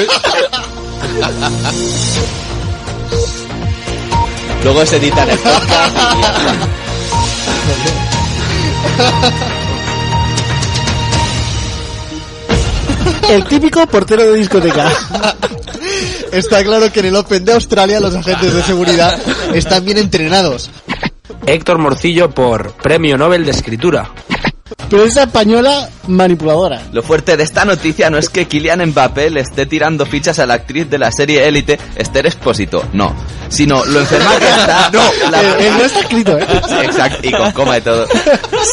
Luego se editan el podcast. El típico portero de discoteca. Está claro que en el Open de Australia los agentes de seguridad están bien entrenados. Héctor Morcillo por Premio Nobel de Escritura. Pero esa española manipuladora. Lo fuerte de esta noticia no es que Kylian Mbappé le esté tirando fichas a la actriz de la serie Élite, Esther Espósito, no, sino lo enferma que está... No, El, el no está escrito, ¿eh? Exacto, y con coma y todo.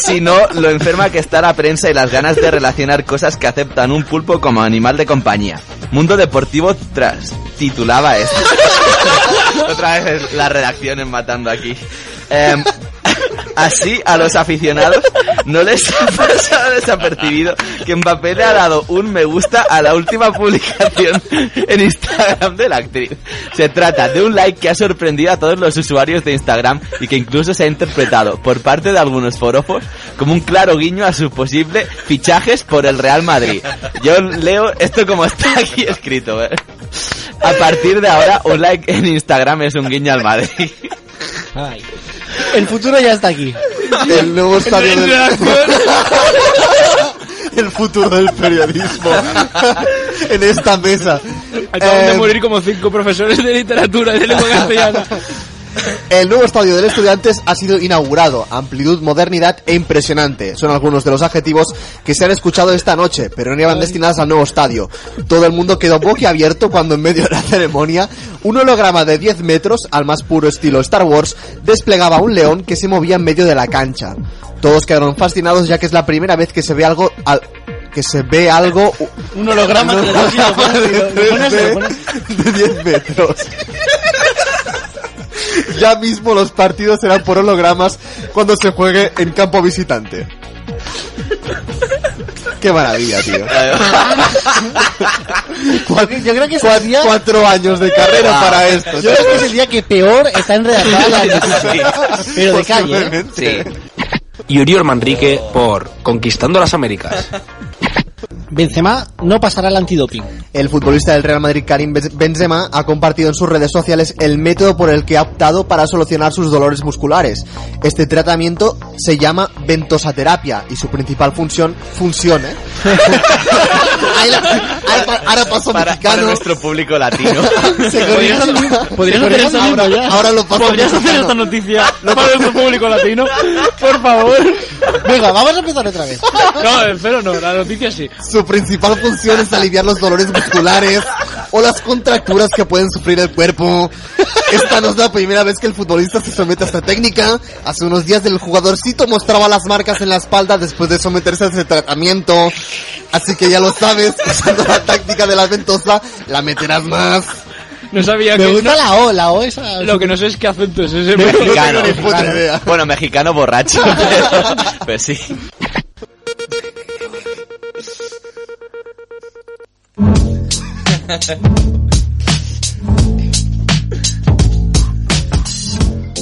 Sino lo enferma que está la prensa y las ganas de relacionar cosas que aceptan un pulpo como animal de compañía. Mundo Deportivo tras titulaba esto. Otra vez es la redacción en matando aquí. Em, así a los aficionados no les ha pasado desapercibido que Mbappé le ha dado un me gusta a la última publicación en Instagram de la actriz. Se trata de un like que ha sorprendido a todos los usuarios de Instagram y que incluso se ha interpretado por parte de algunos forofos como un claro guiño a sus posibles fichajes por el Real Madrid. Yo leo esto como está aquí escrito. ¿eh? A partir de ahora, un like en Instagram es un guiño al Madrid. El futuro ya está aquí. El nuevo estadio del... El futuro del periodismo. en esta mesa. Acaban de Eh, morir como cinco profesores de literatura y de lengua castellana. El nuevo estadio del Estudiantes ha sido inaugurado. Amplitud, modernidad e impresionante. Son algunos de los adjetivos que se han escuchado esta noche, pero no iban destinadas al nuevo estadio. Todo el mundo quedó boquiabierto cuando en medio de la ceremonia, un holograma de 10 metros, al más puro estilo Star Wars, desplegaba un león que se movía en medio de la cancha. Todos quedaron fascinados ya que es la primera vez que se ve algo al- que se ve algo. Un holograma un te lo pones, holograma te lo pones, te lo 3D de 10 metros. Ya mismo los partidos serán por hologramas cuando se juegue en campo visitante. Qué maravilla, tío. Yo creo que es el día... Cuatro años de carrera Wow. para esto. Yo creo que es el día que peor está enredada la noticia. Pero de calle, ¿eh? Y Uriol Manrique por Conquistando las Américas. Benzema no pasará el antidoping. El futbolista del Real Madrid Karim Benz- Benzema ha compartido en sus redes sociales el método por el que ha optado para solucionar sus dolores musculares. Este tratamiento se llama ventosaterapia y su principal función función, ¿eh? Ahí la- ahí pa- ahora paso Para mexicano. nuestro público latino. Se corrige- ¿Podrías se hacer corrige- eso mismo ahora, ya? ahora lo paso ¿Podrías hacer mexicano. esta noticia para nuestro público latino? Por favor. Venga, vamos a empezar otra vez. No, espero no, la noticia sí. Su principal función es aliviar los dolores musculares o las contracturas que pueden sufrir el cuerpo. Esta no es la primera vez que el futbolista se somete a esta técnica. Hace unos días el jugadorcito mostraba las marcas en la espalda después de someterse a este tratamiento. Así que ya lo sabes, usando la táctica de la ventosa, la meterás más. No sabía Me que... gusta no- la O, la O esa. Lo que no sé es qué acento es ese. pero- Mexicano. Bueno, mexicano borracho. pero- Pues sí.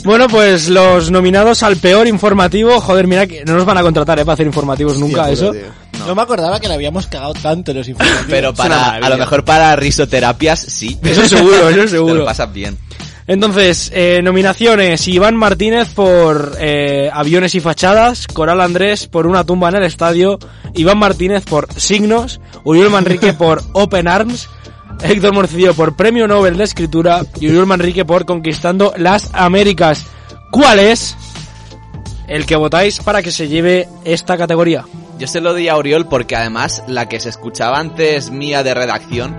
Bueno, pues los nominados al peor informativo. Joder, mira que no nos van a contratar, ¿eh? Para hacer informativos nunca, Hostia, pues eso. tío. No me acordaba que le habíamos cagado tanto en los informativos. Pero Es una para, a lo maravilla. mejor para risoterapias, sí. Eso seguro, eso seguro. Te lo pasas bien. Entonces, eh, nominaciones. Iván Martínez por eh, Aviones y Fachadas, Coral Andrés por Una tumba en el estadio, Iván Martínez por Signos, Uriel Manrique por Open Arms, Héctor Morcillo por Premio Nobel de Escritura y Uriel Manrique por Conquistando las Américas. ¿Cuál es el que votáis para que se lleve esta categoría? Yo se lo di a Oriol porque además la que se escuchaba antes mía de redacción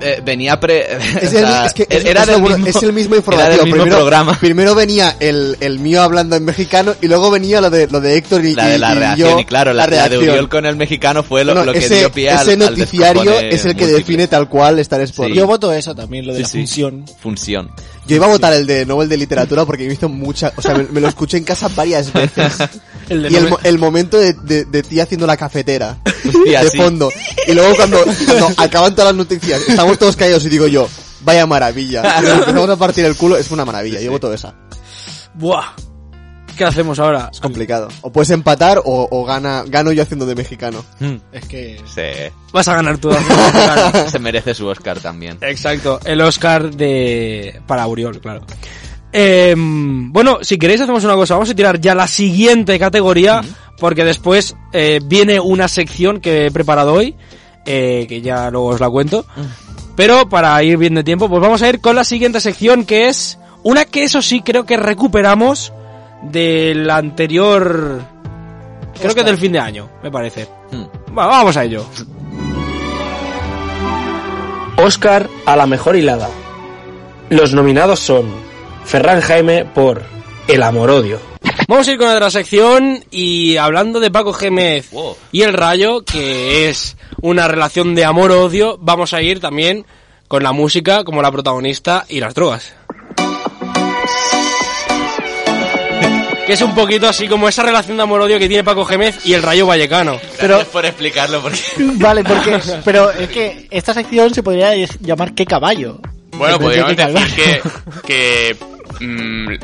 eh, venía pre. o Es el, sea, e-, es que es- era es del lo bueno, mismo, es el mismo informativo. era del mismo primero, programa. primero venía el, el mío hablando en mexicano y luego venía lo de, lo de Héctor y, La de la y- y reacción, yo, y claro, la, la de reacción. Uriol con el mexicano fue lo, No, lo que ese, dio pie al, ese al noticiario descojone es el que múltiple. define tal cual estar Sport. Sí. Yo voto eso también, lo de Sí, la sí. función. Función. Yo iba a votar el de Nobel de Literatura porque me hizo mucha... O sea, me, me lo escuché en casa varias veces. El de y el, Nobel- mo- el momento de, de, de ti haciendo la cafetera. Hostia, de sí. fondo. Y luego cuando, cuando acaban todas las noticias, estamos todos callados y digo yo, vaya maravilla. Y nos empezamos a partir el culo, es una maravilla. Yo voto esa. Buah. ¿Qué hacemos ahora? Es complicado. O puedes empatar o, o gana, gano yo haciendo de mexicano. Mm. Es que... Sí. Vas a ganar tú. Se merece su Oscar también. Exacto, el Oscar de para Uriol, claro. Em, bueno, si queréis hacemos una cosa, vamos a tirar ya la siguiente categoría, porque después eh, viene una sección que he preparado hoy, eh, que ya luego os la cuento. Ah. Pero para ir bien de tiempo, pues vamos a ir con la siguiente sección, que es una que eso sí creo que recuperamos del anterior... Creo que del fin de año, me parece. Mm. Va, vamos a ello. Oscar a la mejor hilada. Los nominados son Ferran Jaime por El amor-odio. Vamos a ir con otra sección y hablando de Paco Gémez y el Rayo, que es una relación de amor-odio, vamos a ir también con la música como la protagonista y las drogas. Que es un poquito así como esa relación de amor-odio que tiene Paco Gémez y el Rayo Vallecano. Pero por explicarlo porque Vale, porque... Pero es que esta sección se podría llamar ¿Qué caballo? Bueno, Me tendría podríamos que decir que, que mm,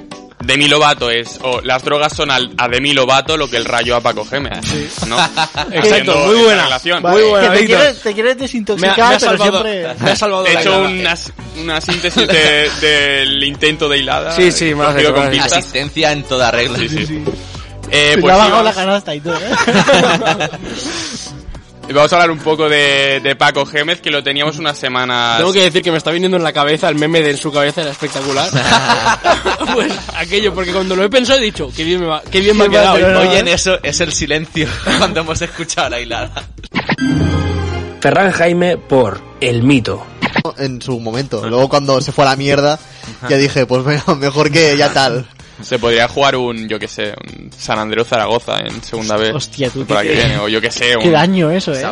Demi Lovato es, o las drogas son al- a Demi Lovato lo que el rayo a Paco Gémez, ¿no? Haciendo muy esa buena, relación. muy Vale, buena, Te quieres, te quieres desintoxicar, Me ha- me pero ha salvado- siempre... me ha salvado He la hecho eh, hilada. una, una síntesis de- del intento de hilada. Sí, sí, me lo has cogido hecho, con me lo has pistas. Asistencia en toda regla. Sí, sí. Eh, Se pues le ha sí, bajado la vamos- canasta y todo, ¿eh? Vamos a hablar un poco de, de Paco Gémez, que lo teníamos unas semanas... Tengo que decir que me está viniendo en la cabeza el meme de en su cabeza era espectacular. pues aquello, porque cuando lo he pensado he dicho, qué bien me, va- qué bien me ha quedado. ¿eh?". Hoy en eso es el silencio cuando hemos escuchado la hilada. Ferran Jaime por El mito. En su momento. Luego cuando se fue a la mierda, ya dije, pues venga, mejor que ya tal. Se podría jugar un, yo que sé, un San Andreu Zaragoza en segunda vez. Hostia, tú, Para qué- que viene, o yo que sé, un... Qué daño eso, eh.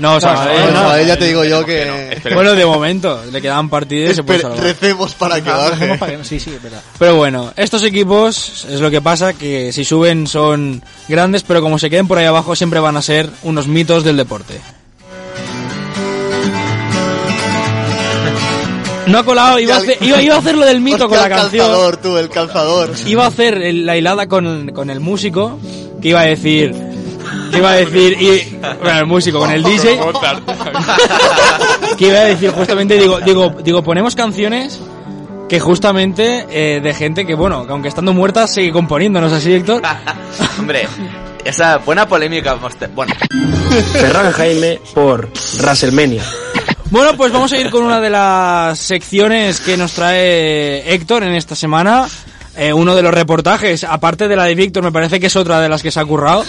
No, o sea, Sabadell, no, no. Sabadell, ya te digo yo Esperemos que- no. Bueno, de momento, le quedaban partidos y se Pues puede salvar. recemos para que Ah, baje. recemos para que no- Sí, sí, es verdad. Pero bueno, estos equipos es lo que pasa, que si suben son grandes, pero como se queden por ahí abajo siempre van a ser unos mitos del deporte. No ha colado, iba a hacer, iba, iba a hacer lo del mito con la Hostia, el canción. calzador, tú, el calzador. Iba a hacer el- la hilada con, con el músico, que iba a decir... que iba a decir... Y, bueno, el músico, con el DJ, que iba a decir justamente, digo, digo, digo, ponemos canciones que justamente eh, de gente que, bueno, que aunque estando muerta sigue componiendo, ¿no es así, Héctor? Hombre, esa buena polémica. hemos te- Bueno, Ferran Jaime por WrestleMania. Bueno, pues vamos a ir con una de las secciones que nos trae Héctor en esta semana. Eh, uno de los reportajes, aparte de la de Víctor, me parece que es otra de las que se ha currado.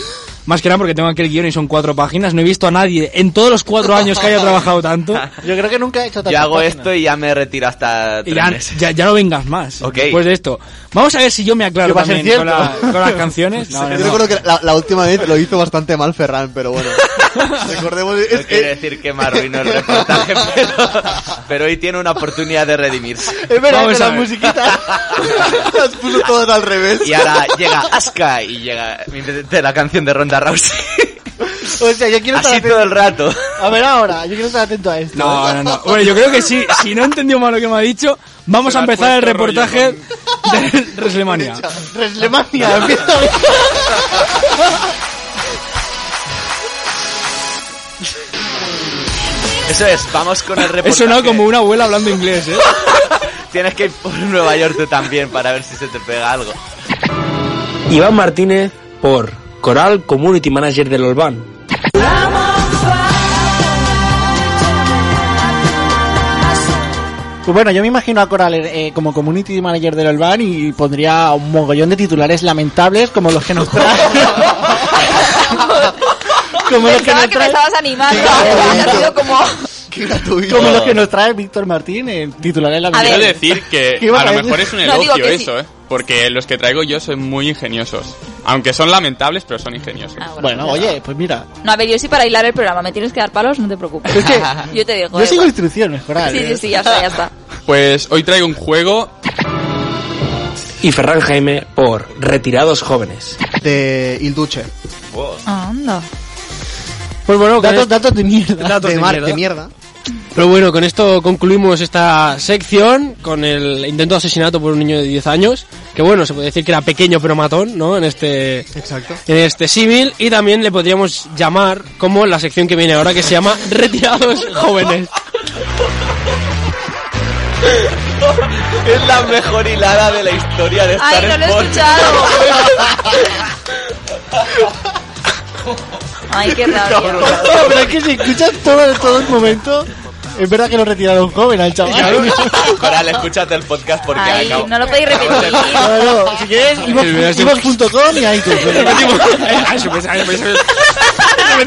Más que nada porque tengo aquí el guión y son cuatro páginas. No he visto a nadie en todos los cuatro años que haya trabajado tanto. Yo creo que nunca he hecho yo tantas hago páginas. esto y ya me retiro hasta Y tres ya, meses. ya, ya no vengas más. Ok. Después de esto. Vamos a ver si yo me aclaro Que va a ser también con, cierto. la- con las canciones. No, no, Yo no. recuerdo que la, la última vez lo hizo bastante mal Ferran, pero bueno. Recordemos. es- eh, No quiere decir que me arruinó el reportaje, pero, pero hoy tiene una oportunidad de redimirse. Es verdad Vamos que a la ver. musiquita las puso todas al revés. Y ahora llega Aska y llega me inventé la canción de Ronda Rousey. O sea, yo quiero estar Así atento. todo el rato. A ver ah. ahora, yo quiero estar atento a esto. No, no, no. Bueno, yo creo que sí. Si no he entendido mal lo que me ha dicho, vamos a empezar el reportaje de WrestleMania. WrestleMania, empieza bien. Eso es, vamos con el reportaje. He sonado como una abuela hablando inglés, ¿eh? Tienes que ir por Nueva York tú también para ver si se te pega algo. Iván Martínez por Coral Community Manager del Olván. Pues bueno, yo me imagino a Coral eh, como community manager del Olván y pondría un mogollón de titulares lamentables como los que nos trae. como los que Pensaba nos que me trae. estabas animando. Ha sido como... Como los que nos trae Víctor Martín, eh, titulares Quiero lamentables. decir que ¿Qué ibas a a lo decir? mejor es un No, digo elogio que sí. eso, ¿eh? Porque los que traigo yo son muy ingeniosos. Aunque son lamentables, pero son ingeniosos. Bueno, oye, pues mira. No, a ver, yo sí para hilar el programa. ¿Me tienes que dar palos? No te preocupes. Es que- yo te digo. Yo da sigo igual. instrucciones, Coral. Sí, eh. sí, sí, ya está, ya está. Pues hoy traigo un juego Y Ferran Jaime por Retirados Jóvenes. De Ilduche. Anda. Pues bueno, datos, datos de mierda. de, de mar- mierda. de mierda. Pero bueno, con esto concluimos esta sección con el intento de asesinato por un niño de 10 años, que bueno, se puede decir que era pequeño pero matón, ¿no? En este Exacto. en este símil y también le podríamos llamar como la sección que viene ahora que se llama Retirados jóvenes. Es la mejor hilada de la historia de Star Ay, no lo he Sport. escuchado. Ay, qué rabia. No, pero es que si escuchas todo, todo el momento, es verdad que lo retiraron joven al chaval. Coral, escúchate el podcast porque Ay, acabo. no lo podéis repetir. Claro, si quieres, Ibos- ibos.com y ahí tú.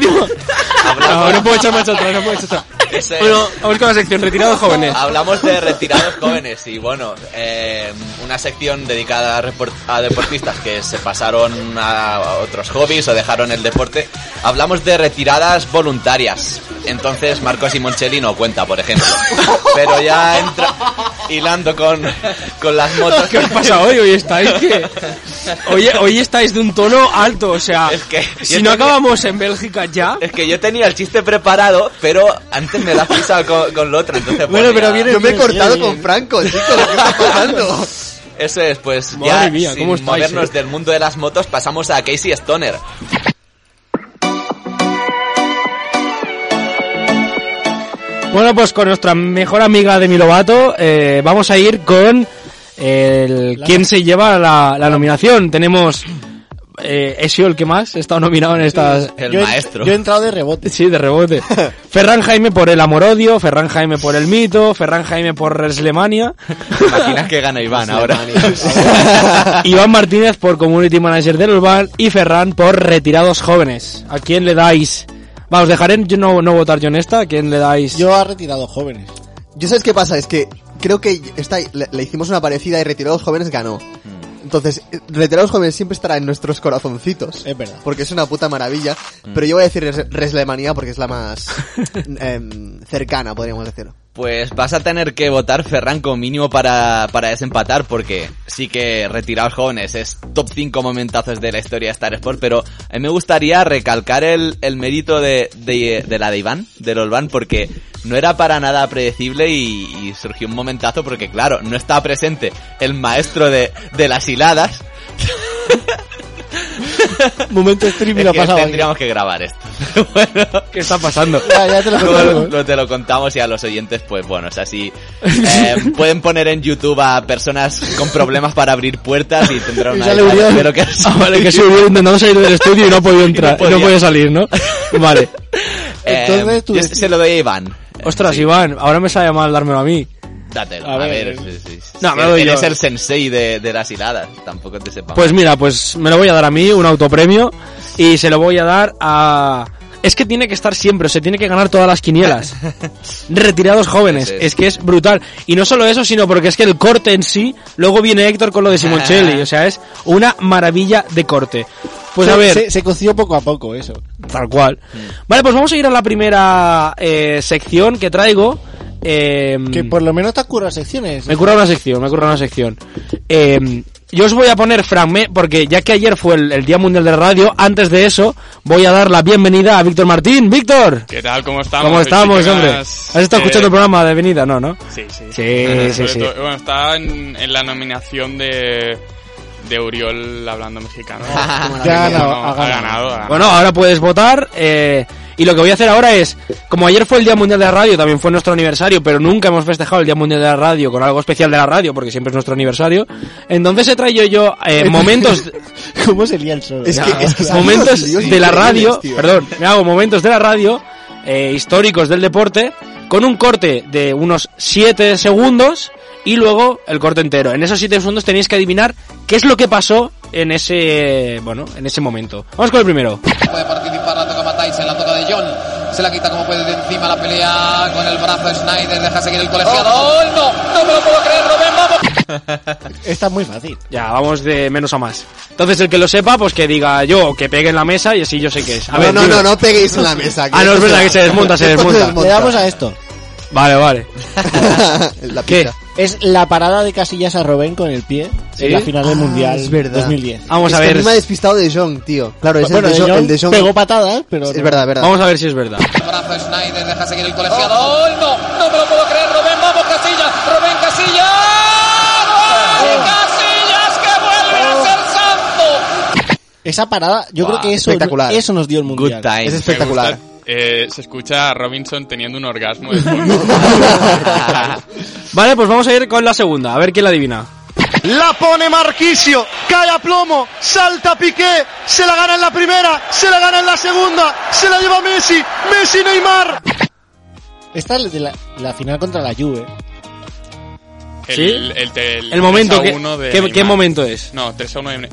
No, no puedo echar marcha atrás, no puedo echar atrás. Ese- Bueno, vamos con la sección Retirados jóvenes. Hablamos de retirados jóvenes y bueno, eh, una sección dedicada a, repor- a deportistas que se pasaron a otros hobbies o dejaron el deporte. Hablamos de retiradas voluntarias. Entonces Marco Simoncelli no cuenta, por ejemplo. Pero ya entra hilando con, con las motos. ¿Qué os pasa hoy? Hoy estáis que... Hoy, hoy estáis de un tono alto, o sea... que si no acabamos en Bélgica ya... Es que yo tenía el chiste preparado, pero antes me la pisa con, con lo otro. Entonces, Bueno, pues, pero ya- viene- Yo me he viene- cortado viene- con Franco, chicos, ¿qué está pasando? Eso es, pues Madre ya mía, sin ¿cómo estáis, movernos eh? del mundo de las motos pasamos a Casey Stoner. Bueno, pues con nuestra mejor amiga de Milovato eh, vamos a ir con el quién se lleva la, la nominación. Tenemos eh, Ezio, el que más ha estado nominado en estas... El Yo he- maestro. yo he entrado de rebote. Sí, de rebote. Ferran Jaime por el amor-odio, Ferran Jaime por el mito, Ferran Jaime por Reslemania, ¿Te imaginas que gana Iván ahora? Iván Martínez por Community Manager del Urban y Ferran por Retirados Jóvenes. ¿A quién le dais? Vamos, dejaré yo no, no votar yo en esta. ¿A quién le dais? Yo ha retirado jóvenes. Yo sabes qué pasa, es que creo que esta, le, le hicimos una parecida y Retirados Jóvenes ganó. Entonces, eh, Retirados Jóvenes siempre estará en nuestros corazoncitos. Es verdad. Porque es una puta maravilla. Mm. Pero yo voy a decir Res- Reslemanía porque es la más em, cercana, podríamos decirlo. Pues vas a tener que votar Ferran como mínimo para, para desempatar, porque sí que retirados jóvenes es top 5 momentazos de la historia de Star Sport, pero a mí me gustaría recalcar el, el mérito de, de, de la de Iván, del Olván, porque no era para nada predecible y, y surgió un momentazo, porque claro, no estaba presente el maestro de, de las hiladas. Momento stream y lo ha que pasado. aquí. tendríamos que grabar esto. bueno, ¿qué está pasando? Ya, ya te lo Luego contamos. lo- te lo contamos y a los oyentes, pues bueno, es así. Eh, pueden poner en YouTube a personas con problemas para abrir puertas y tendrán una. sale Uriel. pero que- Ah, vale, que se hubiera intentado salir del estudio y no ha podido entrar, Y no y no podía. podía salir, ¿no? Vale. Eh, Entonces, tú yo decides. se lo doy a Iván. Ostras, Iván, ahora me sale mal dármelo a mí. Dátelo. A A ver. ver. sí, sí, sí. No, me Él- lo doy él yo. es el sensei de, de las hiladas. Tampoco te sepamos. Pues mira, pues me lo voy a dar a mí, un autopremio, y se lo voy a dar a... Es que tiene que estar siempre, se tiene que ganar todas las quinielas. Retirados jóvenes, es que es brutal. Y no solo eso, sino porque es que el corte en sí, luego viene Héctor con lo de Simoncelli, o sea, es una maravilla de corte. Pues Se- a ver... Se, se coció poco a poco eso. Tal cual. Mm. Vale, pues vamos a ir a la primera eh, sección que traigo. Eh, Que por lo menos te has currado secciones. me curra una sección, me curra una sección. Eh, yo os voy a poner fragmentos, porque ya que ayer fue el, el Día Mundial de la Radio, antes de eso voy a dar la bienvenida a Víctor Martín. Víctor, ¿Qué tal? ¿Cómo estamos? ¿cómo estamos, chicas? hombre? ¿Has estado Eh, escuchando el programa de venida? No, ¿no? Sí, sí. Sí, sí, Sobre sí. todo- bueno, estaba en, en la nominación de, de Uriol hablando mexicano. Ya ha No, ganado, ha ganado, ha ganado. Bueno, ahora puedes votar. eh, y lo que voy a hacer ahora es, como ayer fue el Día Mundial de la Radio, también fue nuestro aniversario, pero nunca hemos festejado el Día Mundial de la Radio con algo especial de la radio, porque siempre es nuestro aniversario. Entonces he traído yo eh, momentos, ¿Cómo se lía el solo? Ya, Ya. momentos de la radio, tío. perdón, me hago momentos de la radio eh, históricos del deporte con un corte de unos 7 segundos y luego el corte entero. En esos 7 segundos tenéis que adivinar qué es lo que pasó en ese, bueno, en ese momento. Vamos con el primero. Puede participar, la toca Matai, se la toca de John. Se la quita como puede de encima la pelea con el brazo Schneider, deja seguir el colegiado. ¡Oh, no! ¡No me lo puedo creer, Rubén, vamos! Esta es muy fácil. Ya, vamos de menos a más. Entonces el que lo sepa, pues que diga yo, que pegue en la mesa y así yo sé qué es. A no, ver, no, dime. no, no peguéis en la mesa. Ah, no, es verdad que se desmonta, se Esto desmonta. Le damos a esto. Vale, vale. ¿Qué? Es la parada de Casillas a Robén con el pie ¿Sí? en la final del Ah, Mundial es verdad. 2010. Es que a mí me ha despistado de Jong, tío. Claro, es Bueno, el de De Jong. Jong el de Jong- pegó patadas, pero Es no. verdad, es verdad. Vamos a ver si es verdad. Brazo Schneider, deja seguir el colegiado. ¡Oh, no! ¡No me lo puedo creer, Rubén, vamos, Casillas! ¡Rubén Casillas! ¡Gol de Casillas que vuelve a ser santo! Esa parada, yo Buah, creo que eso, espectacular. eso nos dio el Mundial. Me gusta, eh, se escucha a Robinson teniendo un orgasmo. de fondo. Vale, pues vamos a ir con la segunda, a ver quién la adivina. La pone Marquisio, cae a plomo, salta Piqué, se la gana en la primera, se la gana en la segunda, se la lleva Messi, Messi Neymar. Esta es de la, la final contra la Juve. El, ¿Sí? el, del El momento, 3 a ¿qué- 1 de qué- qué Neymar. momento es? No, 3 a 1 de... Ne-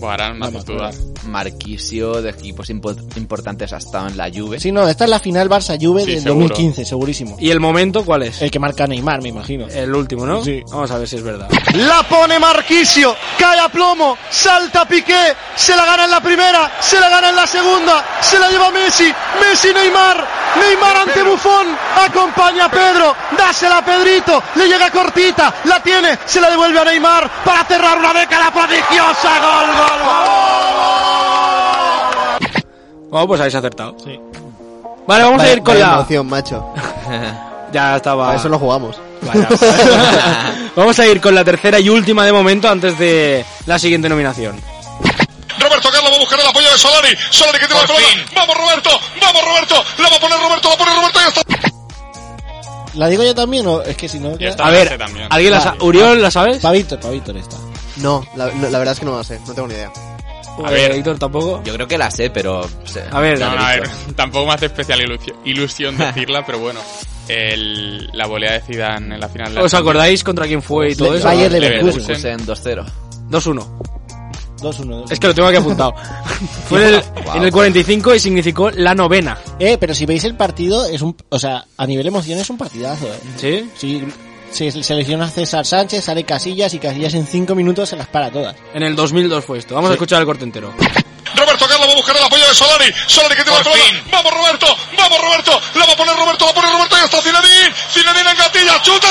Buah, ahora me haces dudar. Marquisio de equipos impo- importantes ha estado en la Juve. Sí, no, esta es la final Barça-Juve Sí, del seguro. 2015, segurísimo. ¿Y el momento cuál es? El que marca Neymar, me imagino. El último, ¿no? Sí. Vamos a ver si es verdad. La pone Marquisio, cae a plomo, salta Piqué, se la gana en la primera, se la gana en la segunda, se la lleva Messi, Messi Neymar, Neymar ante Bufón, acompaña a Pedro, dásela a Pedrito, le llega cortita, la tiene, se la devuelve a Neymar para cerrar una década prodigiosa, gol, gol, Bueno, pues habéis acertado. Sí. Vale, vamos a ir con Vaya la... emoción, macho. Ya estaba... Para eso lo jugamos. Vamos a ir con la tercera y última de momento antes de la siguiente nominación. Roberto Carlos va a buscar el apoyo de Solari. Solari que tiene la pelota. Vamos Roberto, vamos Roberto. La va a poner Roberto, la pone Roberto y está. ¿La digo yo también o es que si no... está, A ver, ese también. ¿alguien la sa- ¿Uriol la sabes? Pa' Víctor, pa' Víctor esta. No, la, no, la verdad es que no me la sé. No tengo ni idea. A ver, Víctor tampoco. Yo creo que la sé, pero. A ver, No, no, a dale, ver, tampoco me hace especial ilusio- ilusión decirla, pero bueno. El, la volea de Zidane en la final. de la ¿Os Champions. acordáis contra quién fue y todo eso? Leverkusen. 2-0. 2-1. 2-1. Es que lo tengo aquí apuntado. fue en el, en el 45 y significó la novena. Eh, pero si veis el partido, es un... O sea, a nivel emoción es un partidazo, eh. ¿Sí? Sí. se selecciona César Sánchez, sale Casillas y Casillas en 5 minutos se las para todas. En el 2002 fue esto. Vamos a escuchar el corte entero. Roberto Carlos va a buscar el apoyo de Solari. Solari que tiene la pelota. Vamos Roberto, vamos Roberto. La va a poner Roberto, la pone Roberto. Y está Zinedine. Zinedine en gatilla. Chuta.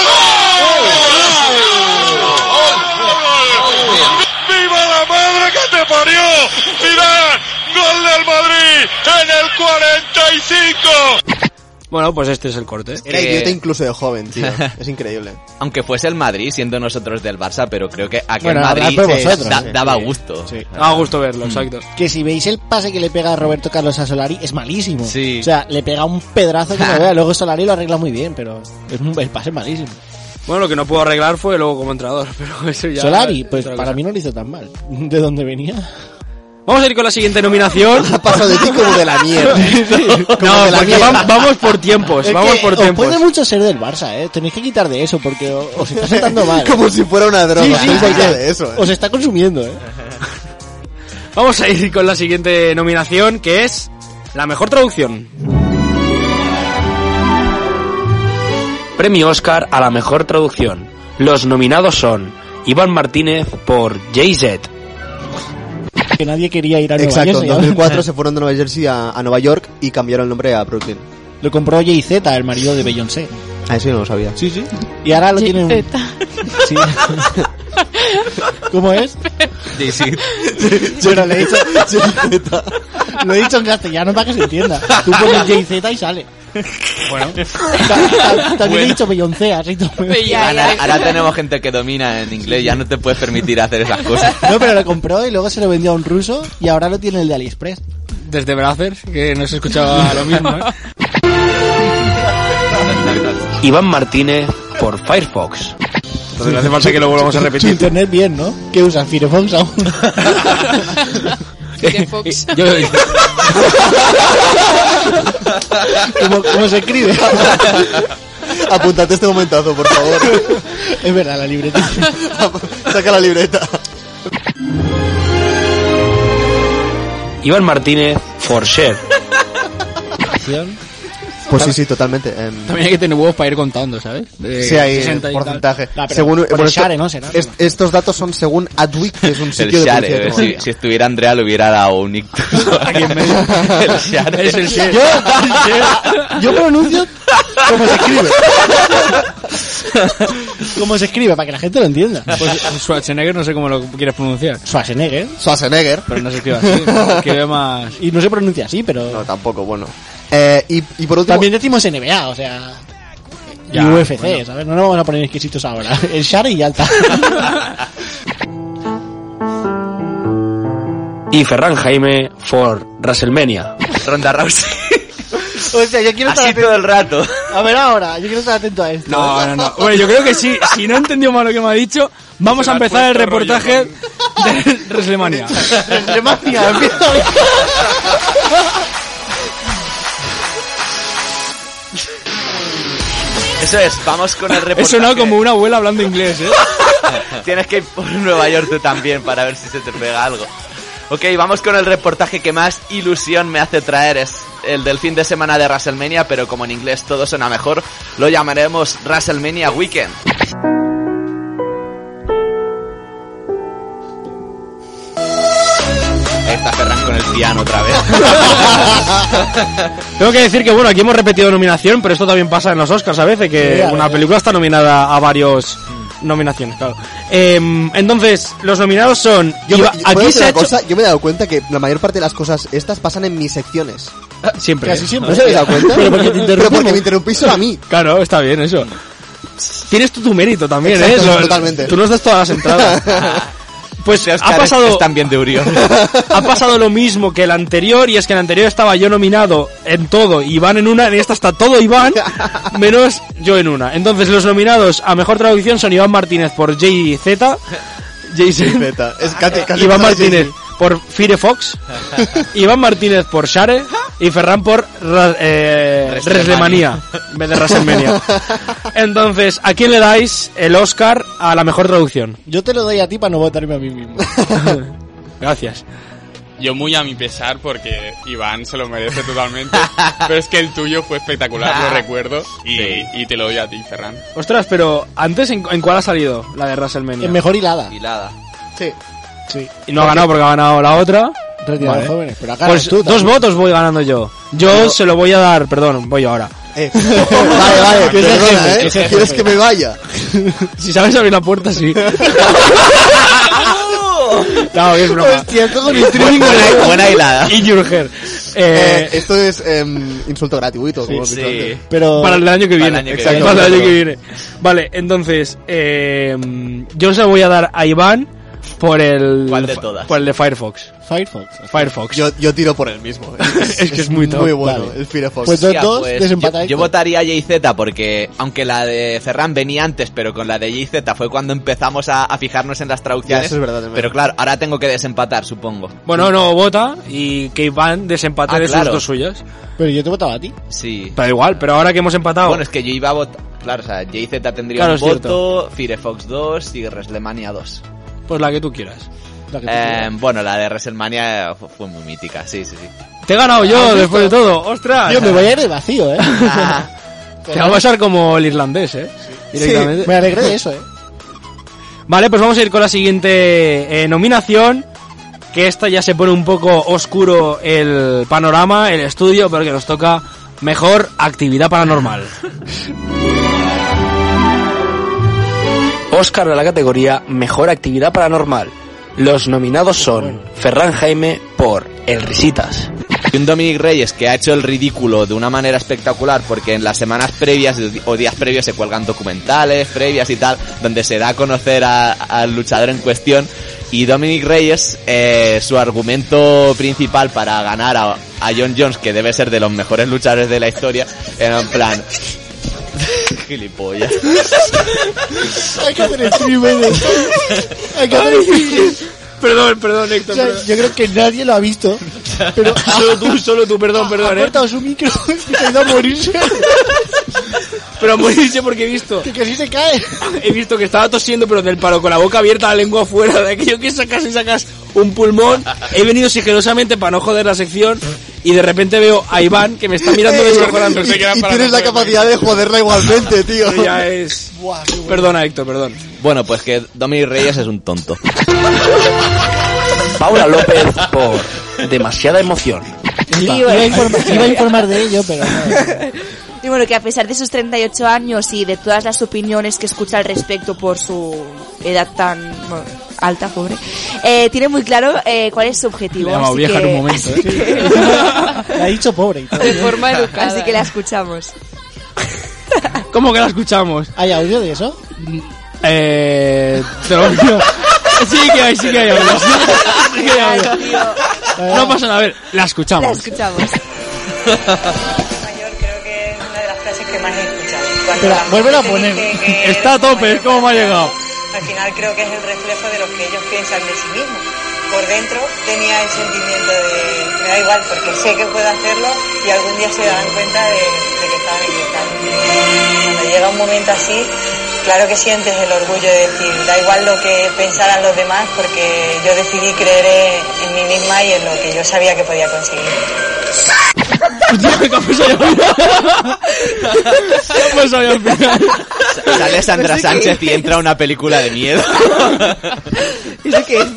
¡Gol! ¡Viva la madre que te parió! Zidane. Gol del Madrid en el 45. Bueno, pues este es el corte. Era Que- idiota incluso de joven, tío. Es increíble. Aunque fuese el Madrid, siendo nosotros del Barça, pero creo que aquel Bueno, Madrid hablad por eh, vosotros, da- sí. daba Mm. Sí. gusto. Daba Ah, gusto verlo, exacto. Mm. Que si veis el pase que le pega Roberto Carlos a Solari, es malísimo. Sí. O sea, le pega un pedrazo que no vea. Luego Solari lo arregla muy bien, pero es un- el pase es malísimo. Bueno, lo que no puedo arreglar fue luego como entrenador, pero eso ya... Solari, es pues otra para cosa. mí no lo hizo tan mal. ¿De dónde venía? Vamos a ir con la siguiente nominación. Ha pasado de ti como de la mierda. no, de la porque mierda. vam- vamos por tiempos, Es vamos que por os tiempos. puede mucho ser del Barça, ¿eh? Tenéis que quitar de eso porque o- os está sentando mal. ¿eh? Como si fuera una droga. Sí, sí, Estoy porque cerca de eso, ¿eh? Os está consumiendo, ¿eh? Vamos a ir con la siguiente nominación, que es la mejor traducción. Premio Oscar a la mejor traducción. Los nominados son Iván Martínez por Jay-Z. Que nadie quería ir a Nueva York. Exacto, en se llama. 2004 se fueron de Nueva Jersey a, a Nueva York y cambiaron el nombre a Brooklyn. Lo compró Jay-Z, el marido de Beyoncé. Ah, eso yo no lo sabía. Sí, sí. Y ahora lo tienen... Sí. ¿Cómo es? Sí, sí. Bueno, le he dicho Jay-Z. Lo he dicho en castellano para que se entienda. Tú pones Jay-Z y sale. Bueno. También he dicho Beyoncé, así todo. ahora, ahora tenemos gente que domina en inglés, ya no te puedes permitir hacer esas cosas. No, pero lo compró y luego se lo vendió a un ruso y ahora lo tiene el de AliExpress. Desde Brazers, que no se escuchaba lo mismo, ¿eh? Iván Martínez por Firefox. Entonces no hace falta que lo volvamos a Tu internet bien, ¿no? ¿Qué usas? Firefox aún. Firefox. ¿Cómo, cómo se escribe? Apuntate este momentazo, por favor. es verdad, la libreta. Saca la libreta. Iván Martínez por Share. Pues sí, sí, totalmente. em, También hay que tener huevos para ir contando, ¿sabes? De Sí, hay 60 y tal. porcentaje. Ah, pero según, por el bueno, esto- Share, ¿no? Será, est- estos datos son según Adweek, que es un El sitio de Share, publicidad eh, económica. si, si estuviera Andrea le hubiera dado un ictus. el Share. Es el Share. Yo, yo pronuncio cómo se escribe. ¿Cómo se escribe? Para que la gente lo entienda. Pues Schwarzenegger, no sé cómo lo quieres pronunciar. Schwarzenegger. Schwarzenegger. Pero no se escribe así. Que más. Y no se pronuncia así, pero. No, tampoco, bueno. Eh, y, y por último... También decimos NBA, o sea. y Ya, UFC, bueno. ¿sabes? No nos vamos a poner exquisitos ahora. El Share y ya está. Y Ferran Jaime por WrestleMania. Ronda Rousey. O sea, yo quiero estar Así todo el rato. A ver ahora, yo quiero estar atento a esto. ¿eh? No, no, no. Bueno, yo creo que sí. Si no he entendido mal lo que me ha dicho, vamos a empezar el reportaje de WrestleMania. WrestleMania, empieza bien. Eso es, vamos con el reportaje. He sonado como una abuela hablando inglés, ¿eh? Tienes que ir por Nueva York tú también para ver si se te pega algo. Ok, vamos con el reportaje que más ilusión me hace traer. Es el del fin de semana de WrestleMania, pero como en inglés todo suena mejor, lo llamaremos WrestleMania Weekend. Ahí está Ferran con el piano otra vez. Tengo que decir que, bueno, aquí hemos repetido nominación, pero esto también pasa en los Oscars a veces, que Ya, ya. una película está nominada a varios nominaciones, claro. Em, entonces, los nominados son... Yo, me- Iba- yo- ¿puedo aquí decir se una ha hecho... cosa? Yo me he dado cuenta que la mayor parte de las cosas estas pasan en mis secciones. Siempre. Casi siempre. ¿No os habéis dado cuenta? Pero porque te Pero interrumpimos. porque me interrumpís solo a mí. Claro, está bien eso. Tienes tú tu mérito también, Exacto, ¿eh? Eso- totalmente. Tú nos das todas las entradas. Pues ha pasado... bien de Urión. ha pasado lo mismo que el anterior y es que el anterior estaba yo nominado en todo, Iván en una, en esta está todo Iván, menos yo en una. Entonces los nominados a mejor traducción son Iván Martínez por JZ, Jason, Es casi- casi Iván que soy Martínez Jay-Z. por Firefox, Iván Martínez por Share y Ferran por Ra- eh, Wrestlemania. Wrestlemania, en vez de WrestleMania. Entonces, ¿a quién le dais el Oscar a la mejor traducción? Yo te lo doy a ti para no votarme a mí mismo. Gracias. yo muy a mi pesar porque Iván se lo merece totalmente, pero es que el tuyo fue espectacular, lo recuerdo, y, y te lo doy a ti, Ferran. Ostras, pero antes, ¿en, en cuál ha salido la de WrestleMania? Es mejor hilada. Hilada. Sí. Sí. Y no ha ganado porque ha ganado la otra. Retirados jóvenes, pero ha ganado pues tú dos también. votos voy ganando yo. Yo se lo voy a dar, perdón, voy ahora. Vale, vale, Que es el perdona, jefe, ¿eh? es el jefe. ¿Quieres que me vaya? Si sabes abrir la puerta, sí. Pues, no, es broma. Hostia, esto con el streaming con Buena- buena hilada. Y Jurger. Eh, esto es em, insulto gratuito, como hemos dicho antes. pues, Pero- Para el año que Para el viene. año que Exacto, viene. para el año que viene. Vale, entonces, eh, yo se lo voy a dar a Iván por el. de todas? Por el de Firefox. Firefox. Firefox. Yo, yo tiro por el mismo. es que es muy top. Muy bueno, Vale. el Firefox. Pues dos, Hostia, dos, pues, desempatáis. yo, yo votaría a JZ porque, aunque la de Ferran venía antes, pero con la de JZ fue cuando empezamos a, a fijarnos en las traducciones. Ya, eso es verdad, también. pero claro, ahora tengo que desempatar, supongo. Bueno, no, vota y que Iván desempate Ah, de claro. sus dos suyas. Pero yo te votaba a ti. Sí. Da igual, pero ahora que hemos empatado. Bueno, es que yo iba a votar. Claro, o sea, JZ tendría Claro, un es cierto. voto, Firefox 2 y WrestleMania 2. Pues la que tú quieras. Eh, bueno, la de WrestleMania fue, fue muy mítica, sí, sí, sí. Te he ganado yo después de todo. ¡Ostras! Yo me voy a ir de vacío, eh. Ah, Te va a pasar como el irlandés, eh. Directamente. Sí, me alegré de eso, eh. Vale, pues vamos a ir con la siguiente eh, nominación. Que esta ya se pone un poco oscuro el panorama, el estudio, pero que nos toca mejor actividad paranormal. Oscar de la categoría Mejor Actividad Paranormal. Los nominados son Ferran Jaime por El Risitas. Y un Dominic Reyes que ha hecho el ridículo de una manera espectacular porque en las semanas previas o días previos se cuelgan documentales previas y tal, donde se da a conocer a- al luchador en cuestión. Y Dominic Reyes, eh, su argumento principal para ganar a, a John Jones, que debe ser de los mejores luchadores de la historia, era en plan... Gilipollas. Hay que hacer streamer. eh. Hay que hacer streamer. Perdón, perdón, Héctor. O sea, yo creo que nadie lo ha visto. Pero solo tú, solo tú, perdón, ha perdón, eh. cortado su micro y se ha ido a morirse. Pero morirse porque he visto. Que casi se cae. He visto que estaba tosiendo, pero del paro, con la boca abierta, la lengua afuera, de aquello que sacas y sacas un pulmón. He venido sigilosamente para no joder la sección y de repente veo a Iván que me está mirando Y- descojonando. y tienes la capacidad de joderla igualmente, tío. Ya es. Perdona, Héctor, perdón. Bueno, pues que Dominic Reyes es un tonto. Paula López por Demasiada Emoción. Iba, a informar, iba a informar de ello, pero no. Y bueno, que a pesar de sus 38 años y de todas las opiniones que escucha al respecto por su edad tan bueno, alta, pobre, eh, tiene muy claro eh, cuál es su objetivo. Le he llamado así vieja en que, un momento, así ¿eh? que- La ha dicho pobre. y todo. Así que la escuchamos. ¿Cómo que la escuchamos? ¿Hay audio de eso? Eh. Te lo digo. Sí que hay, sí que hay audio. Sí que hay audio. No pasa nada, a ver, la escuchamos. La escuchamos. Espera, vuélvela a poner. Está a tope, es como me ha llegado. Al final creo que es el reflejo de lo que ellos piensan de sí mismos. Por dentro tenía el sentimiento de, me da igual, porque sé que puedo hacerlo y algún día se darán cuenta de, de que estaban equivocados. Cuando llega un momento así, claro que sientes el orgullo de decir, da igual lo que pensaran los demás, porque yo decidí creer en- en mí misma y en lo que yo sabía que podía conseguir. Sale Sandra Pues sí que- Sánchez y entra una película de miedo. Eso que es Así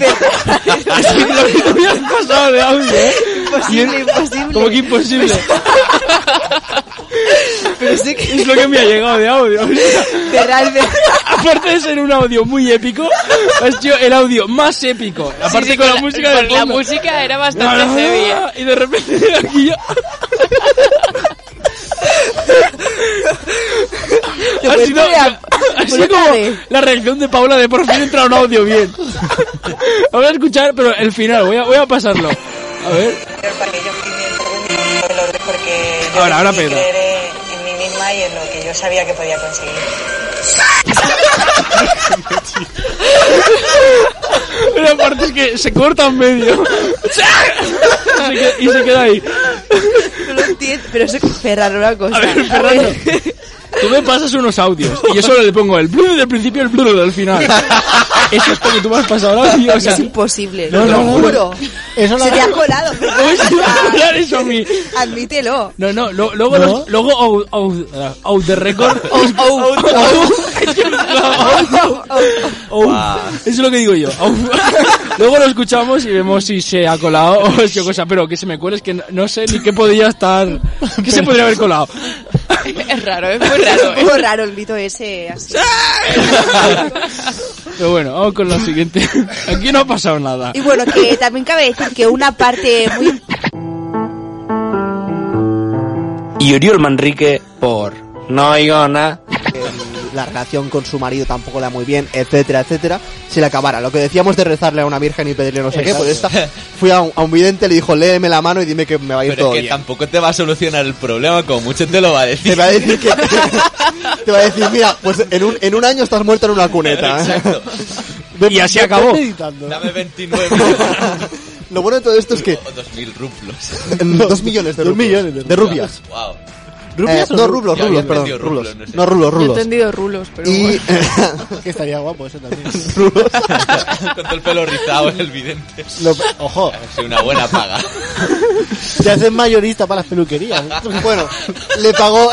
que lo que te hubieras pasado de audio, ¿eh? Imposible, imposible. Como que imposible. Pero sí que... Es lo que me ha llegado de audio. o sea. Ferran- Aparte de ser un audio muy épico, es sido el audio más épico. Aparte Sí, sí, con la, la- música con de la fondo. música era bastante No, no, no, heavy, ¿eh? Ah, Y de repente aquí yo... Ha sido, ha sido como la reacción de Paula de por fin entra un audio bien. Voy a escuchar, pero el final, voy a, voy a pasarlo. A ver. para que yo pidiera el orden porque yo Ahora, ahora, decidí Pedro. creer en- en mí misma y en lo que yo sabía que podía conseguir. Pero aparte es que se corta en medio. Se que- y se queda ahí. No lo entiendo, pero eso que Ferran, una cosa. A ver, Fernando. Tú me pasas unos audios y yo solo le pongo el blur del principio y el blur del final. Eso es porque tú me has pasado ahora, tío. O sea, es imposible. No, no, te lo no. juro. Eso lo- Se te ha colado. ¿Cómo se me va a colar eso a mí? Admítelo. No, no, lo- luego, ¿No? los- luego out, out, out the record. Out, out, out. Eso es lo que digo yo. out. Luego lo escuchamos y vemos si se ha colado o qué cosa. Pero que se me cuele es que no, no sé ni qué podría estar. ¿Qué se podría haber colado? Es raro, ¿eh? es muy raro, Es muy raro el mito ese así. Pero bueno, vamos con lo siguiente. Aquí no ha pasado nada. Y bueno, que también cabe decir que una parte muy... Y Oriol Manrique por No oigo nada. la relación con su marido tampoco la muy bien, etcétera, etcétera, se le acabara. Lo que decíamos de rezarle a una virgen y pedirle no sé qué, pues Exacto. esta fui a un, a un vidente, le dijo, léeme la mano y dime que me va a ir Pero todo es que bien. tampoco te va a solucionar el problema, como mucho te lo va a decir. Te va a decir que... Te va a decir, mira, pues en un, en un año estás muerto en una cuneta. ¿eh?". Y así Ve acabó. meditando. Dame 29 Lo bueno de todo esto es que... o 2.000 ruplos. Dos millones de Dos rupias. millones de rupias. Wow. Eh, no, rublos, Yo había rublos, perdón, entendido rublos. rublos, no sé. No, rublos, Yo he rublos. entendido rulos, pero Y- bueno. que estaría guapo eso también. Con todo el pelo rizado el vidente. Lo- ojo. Es una buena paga. Te hacen mayorista para las peluquerías. bueno, le pagó...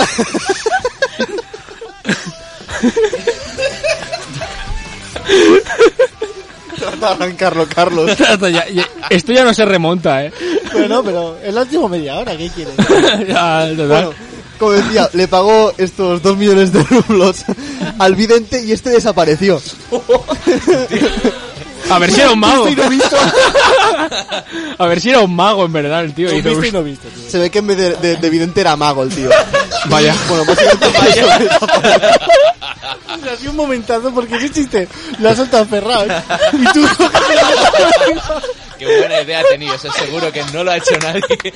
Trata de arrancarlo, Carlos. Esto ya, ya- esto ya no se remonta, eh. Bueno, pero el último media hora, ¿qué quieres? Ya, total. Bueno, como decía, le pagó estos dos millones de rublos al vidente y este desapareció. A ver si era un mago. Visto y no visto. A ver si era un mago, en verdad, el tío. Y dice, "Uf". Se ve que en vez de, de- de vidente era mago el tío. Vaya. Bueno, básicamente O sea, ha sido un momentazo porque ese chiste lo has soltado ferrado. ¿eh? Y tú. Qué buena idea ha tenido, eso seguro que no lo ha hecho nadie.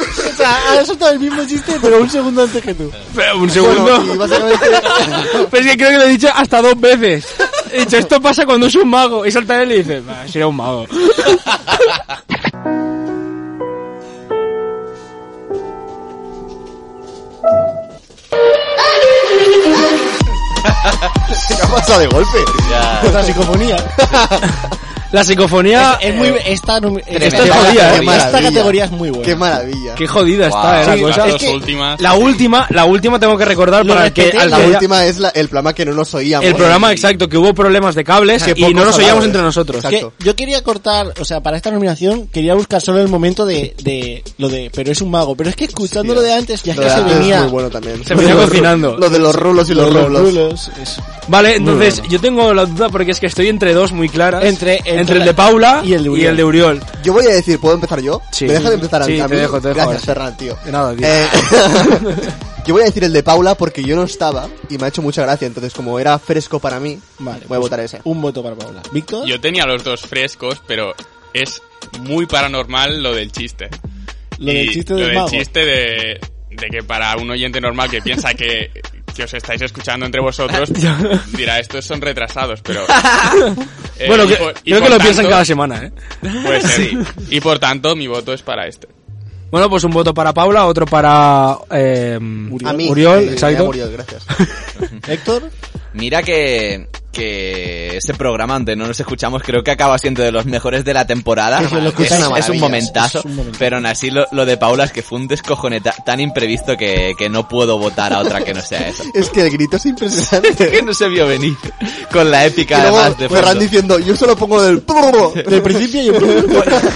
o sea, has soltado el mismo chiste, pero un segundo antes que tú. Pues Pero un segundo. Bueno, y básicamente- Pero es que creo que lo he dicho hasta dos veces. He dicho, esto pasa cuando es un mago. Y salta él y dice, "Bah, si era un mago. pasa de golpe. Con la psicofonía. La psicofonía Es, es muy. Eh, Esta, no- Tremenda. esta es Qué jodida, ¿eh? maravilla. Esta categoría es muy buena. Qué maravilla. Qué jodida está, eh, la Sí, cosa. las dos últimas. La última, la última tengo que recordar para el que, al la que haya- última es la- el programa que no nos oíamos. el programa exacto, que hubo problemas de cables Que y no pocos nos oíamos hablaban. eh. entre nosotros. Exacto. Que yo quería cortar, o sea, para esta nominación quería buscar solo el momento de, de lo de, pero es un mago. Pero es que escuchando lo de antes ya es Lo que de se antes es venía. muy bueno también. Se venía Lo de los- cocinando. Lo de los rulos y los, Lo de rublos. rulos, eso. Muy Vale, entonces yo tengo la duda porque es que estoy entre dos muy claras. Entre- entre el la- de Paula y el de Y el de Uriol. Yo voy a decir, ¿puedo empezar yo? Sí. ¿Me dejas de empezar a- Sí, a te mí? dejo, te dejo ahora Gracias, sí. Ferran, tío. De nada, tío. Eh, yo voy a decir el de Paula porque yo no estaba y me ha hecho mucha gracia. Entonces, como era fresco para mí, Vale, voy a pues, votar ese. Un voto para Paula. ¿Víctor? Yo tenía los dos frescos, pero es muy paranormal lo del chiste. Lo del Y chiste lo del mago. chiste de, de que para un oyente normal que piensa que, que os estáis escuchando entre vosotros, dirá, estos son retrasados, pero... eh, bueno, y que- por- y creo que por lo piensan tanto- cada semana, eh. Puede ser. Y por tanto, mi voto es para este. Bueno, pues un voto para Paula, otro para eh, Uriol, A mí. eh, exacto. a Uriol, gracias. Héctor. Mira que, que ese programa donde no nos escuchamos creo que acaba siendo de los mejores de la temporada. Sí, sí, lo es, escuchan a es un maravillas. momentazo, Es un momentazo. pero aún así lo, lo de Paula es que fue un descojone ta- tan imprevisto que, que no puedo votar a otra que no sea esa. es que el grito es impresionante. que no se vio venir con la épica Y luego además de fondo. Ferran diciendo, yo solo pongo del... del principio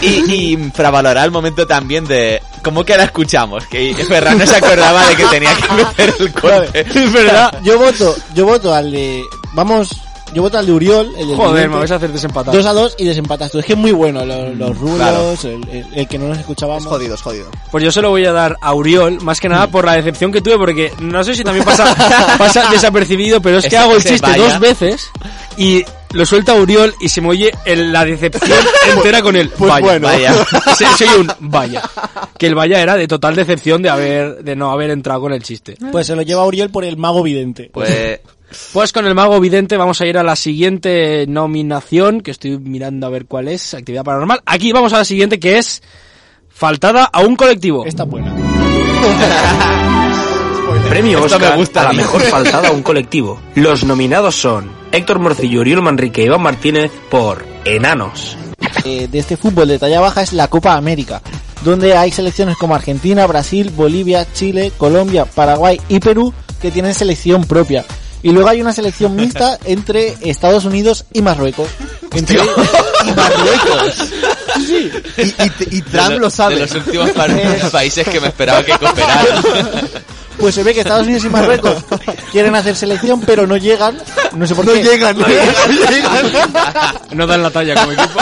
y y, y infravalorar el momento también de cómo que la escuchamos que Ferran no se acordaba de que tenía que meter el corte es verdad Yo voto, yo voto al de. Vamos, yo voto al de Uriol. El del Joder, vidente. me vais a hacer desempatar. 2 a 2 y desempatas tú. Es que es muy bueno los, los rulos, Claro. el, el- el que no nos escuchábamos. jodido, es jodido. Pues yo se lo voy a dar a Uriol, más que Mm. nada por la decepción que tuve, porque no sé si también pasa, pasa desapercibido, pero es que Ese- hago el ese chiste vaya. dos veces y lo suelta Uriol y se me oye el- la decepción entera con el Pues vaya. bueno. vaya. Se, se oye un vaya. Que el vaya era de total decepción de haber de no haber entrado con el chiste. Pues se lo lleva Uriel por el mago vidente. pues Pues con el mago vidente vamos a ir a la siguiente nominación, que estoy mirando a ver cuál es, actividad paranormal. Aquí vamos a la siguiente que es faltada a un colectivo. Esta buena. Premio Esto Oscar me gusta a la a mí. mejor faltada a un colectivo. Los nominados son Héctor Morcillo, Uriel Manrique e Iván Martínez por Enanos. eh, de este fútbol de talla baja es la Copa América, donde hay selecciones como Argentina, Brasil, Bolivia, Chile, Colombia, Paraguay y Perú que tienen selección propia. Y luego hay una selección mixta entre Estados Unidos y Marruecos. Entre- Y, Trump De lo sabe. De los últimos pa- países que me esperaba que cooperaran. pues se ve que Estados Unidos y Marruecos quieren hacer selección, pero no llegan. No sé por qué. llegan, no No dan la talla como equipo.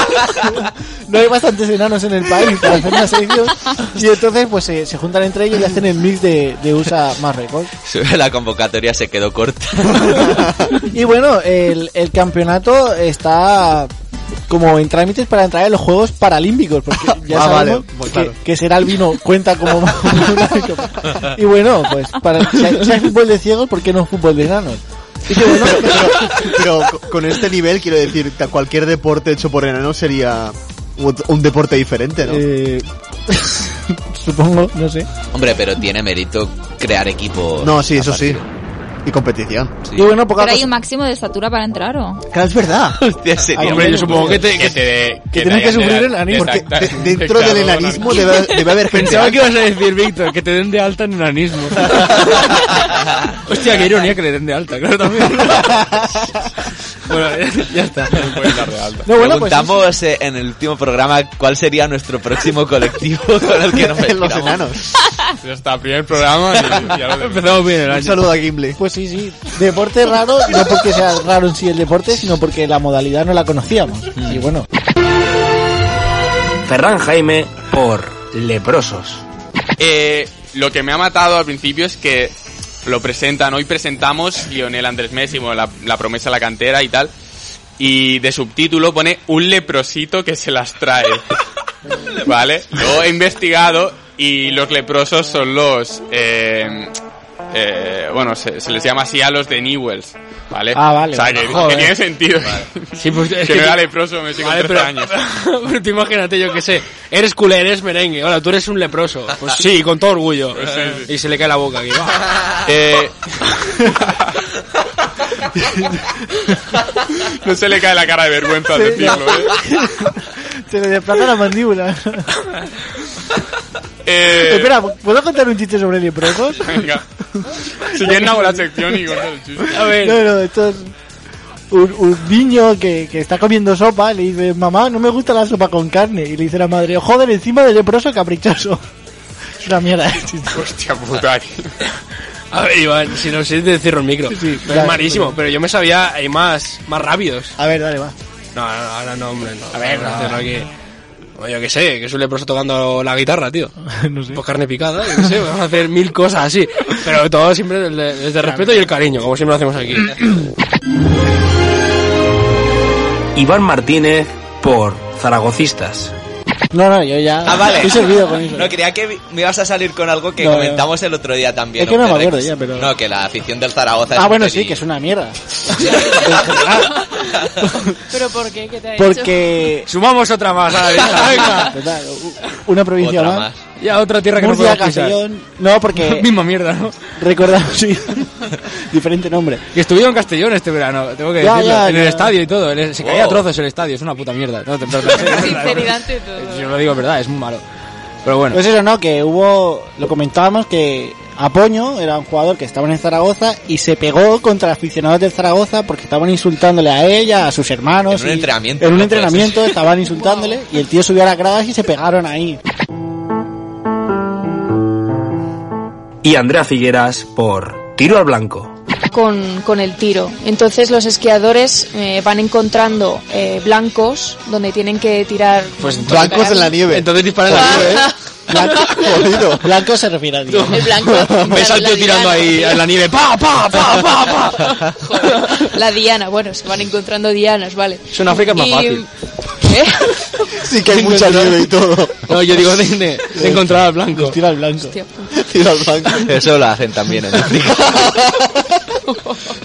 no hay bastantes enanos en el país para hacer una selección. Y entonces pues se, se juntan entre ellos y hacen el mix de, de USA Marruecos. La convocatoria se quedó corta. Y bueno, el, el campeonato está como en trámites para entrar en los Juegos Paralímpicos, porque ya Ah, vale, sabemos pues que, claro. que ser albino cuenta como... y bueno, pues para, si, hay, si hay fútbol de ciegos, ¿por qué no fútbol de enanos? Pero co- con este nivel, quiero decir, ta- cualquier deporte hecho por enano sería un un deporte diferente, ¿no? Supongo, no sé. Hombre, pero tiene mérito crear equipo. No, sí, eso sí. Y competición. Y bueno, ¿Pero hay un máximo de estatura para entrar o...? Claro, es verdad. Hombre, yo supongo que te... Que que tienes que sufrir el enanismo. Porque de- dentro del enanismo debe, debe haber gente. Pensaba que ibas a decir, Víctor, que te den de alta en enanismo. Hostia, qué ironía que le den de alta, claro también. Bueno, ya está. No, bueno, pues Preguntamos eh, en el último programa cuál sería nuestro próximo colectivo con el que nos Los enanos. Ya está, primer programa y ya lo Empezamos bien el año. saludo a Gimli. Pues sí, sí. Deporte raro, no porque sea raro en sí el deporte, sino porque la modalidad no la conocíamos. Y bueno. Ferran Jaime por Leprosos. Eh, lo que me ha matado al principio es que lo presentan, hoy presentamos Lionel Andrés Messi, bueno, la, la promesa de la cantera y tal, y de subtítulo pone un leprosito que se las trae, ¿vale? Lo he investigado y los leprosos son los... eh, eh, bueno, se, se les llama así a los de Newells, ¿vale? Ah, vale, Eh, O sea, vale. que, que Joder. tiene sentido. Sí, pues, que, es que no era ti- leproso, me Vale, con 13 pero- años. Pero tú imagínate, yo que sé, eres culé, eres merengue, ahora tú eres un leproso. Pues sí, con todo orgullo. Pues Y se le cae la boca aquí. va. Eh, no se le cae la cara de vergüenza al Sí. decirlo, ¿eh? Se le desplaza la mandíbula. Eh, Espera, ¿puedo contar un chiste sobre leprosos? Venga. Si quieres, hago la sección y cuento el chiste. No, no, esto es un, un niño que, que está comiendo sopa le dice, mamá, no me gusta la sopa con carne. Y le dice la madre, joder, encima de leproso caprichoso. Es una mierda de chiste. Hostia puta. A ver, Iván, si no sé, te cierro el micro. Pero dale, es malísimo, dale. pero yo me sabía hay más, más rápidos. A ver, dale, va. No, no, no, ahora no, hombre. No, a ver, no, no, que- Bueno, Yo qué sé, que es un leproso tocando la guitarra, tío. no sé. Pues carne picada, yo qué sé, vamos a hacer mil cosas así. Pero todo siempre desde, desde el respeto y el cariño, como siempre lo hacemos aquí. Iván Martínez por Zaragocistas. No, no, yo ya Ah, vale. estoy servido con eso. No, creía que vi- me ibas a salir con algo que No, comentamos el otro día también. Es que no hombre, me acuerdo Rex. ya, pero- No, que la afición del Zaragoza es Ah, un bueno, pelín- sí, que es una mierda. ¿Pero por qué? ¿Qué te ha Porque... Sumamos otra más a la lista, venga. Total, Una provincia Otra más. Ya otra tierra que Murcia, no podemos pisar. Castellón. No, porque... Misma mierda, ¿no? Recordamos, sí. Diferente nombre. Que estuvieron en Castellón este verano, tengo que Ya, decirlo. ya, en ya. el estadio y todo. el- Se caía a Wow. trozos el estadio, es una puta mierda. No, te- te- te- Sinceridad ante todo. si no lo digo es verdad, es muy malo. Pero bueno. Pues eso no, que hubo, lo comentábamos que Apoño era un jugador que estaba en Zaragoza y se pegó contra aficionados del Zaragoza porque estaban insultándole a ella, a sus hermanos. En un y- entrenamiento, En un no puede entrenamiento ser. estaban insultándole y el tío subió a las gradas y se pegaron ahí. Y Andrea Figueras por Tiro al Blanco. ¿eh? con, con el tiro. Entonces los esquiadores eh, van encontrando eh, blancos donde tienen que tirar. Blancos en la nieve. Entonces disparan la nieve, Blanco, blanco ¿eh? se refiere al tío. El blanco. Ves al tío tirando ahí en la nieve. ¡Pa, pa, pa, pa, pa! La diana, bueno, se van encontrando dianas, vale. Eso en África es más Y- fácil. Sí, que hay mucha nieve y todo. No, yo digo de, de- de encontrar al blanco. tira al blanco. Tira al blanco. Eso lo hacen también en África.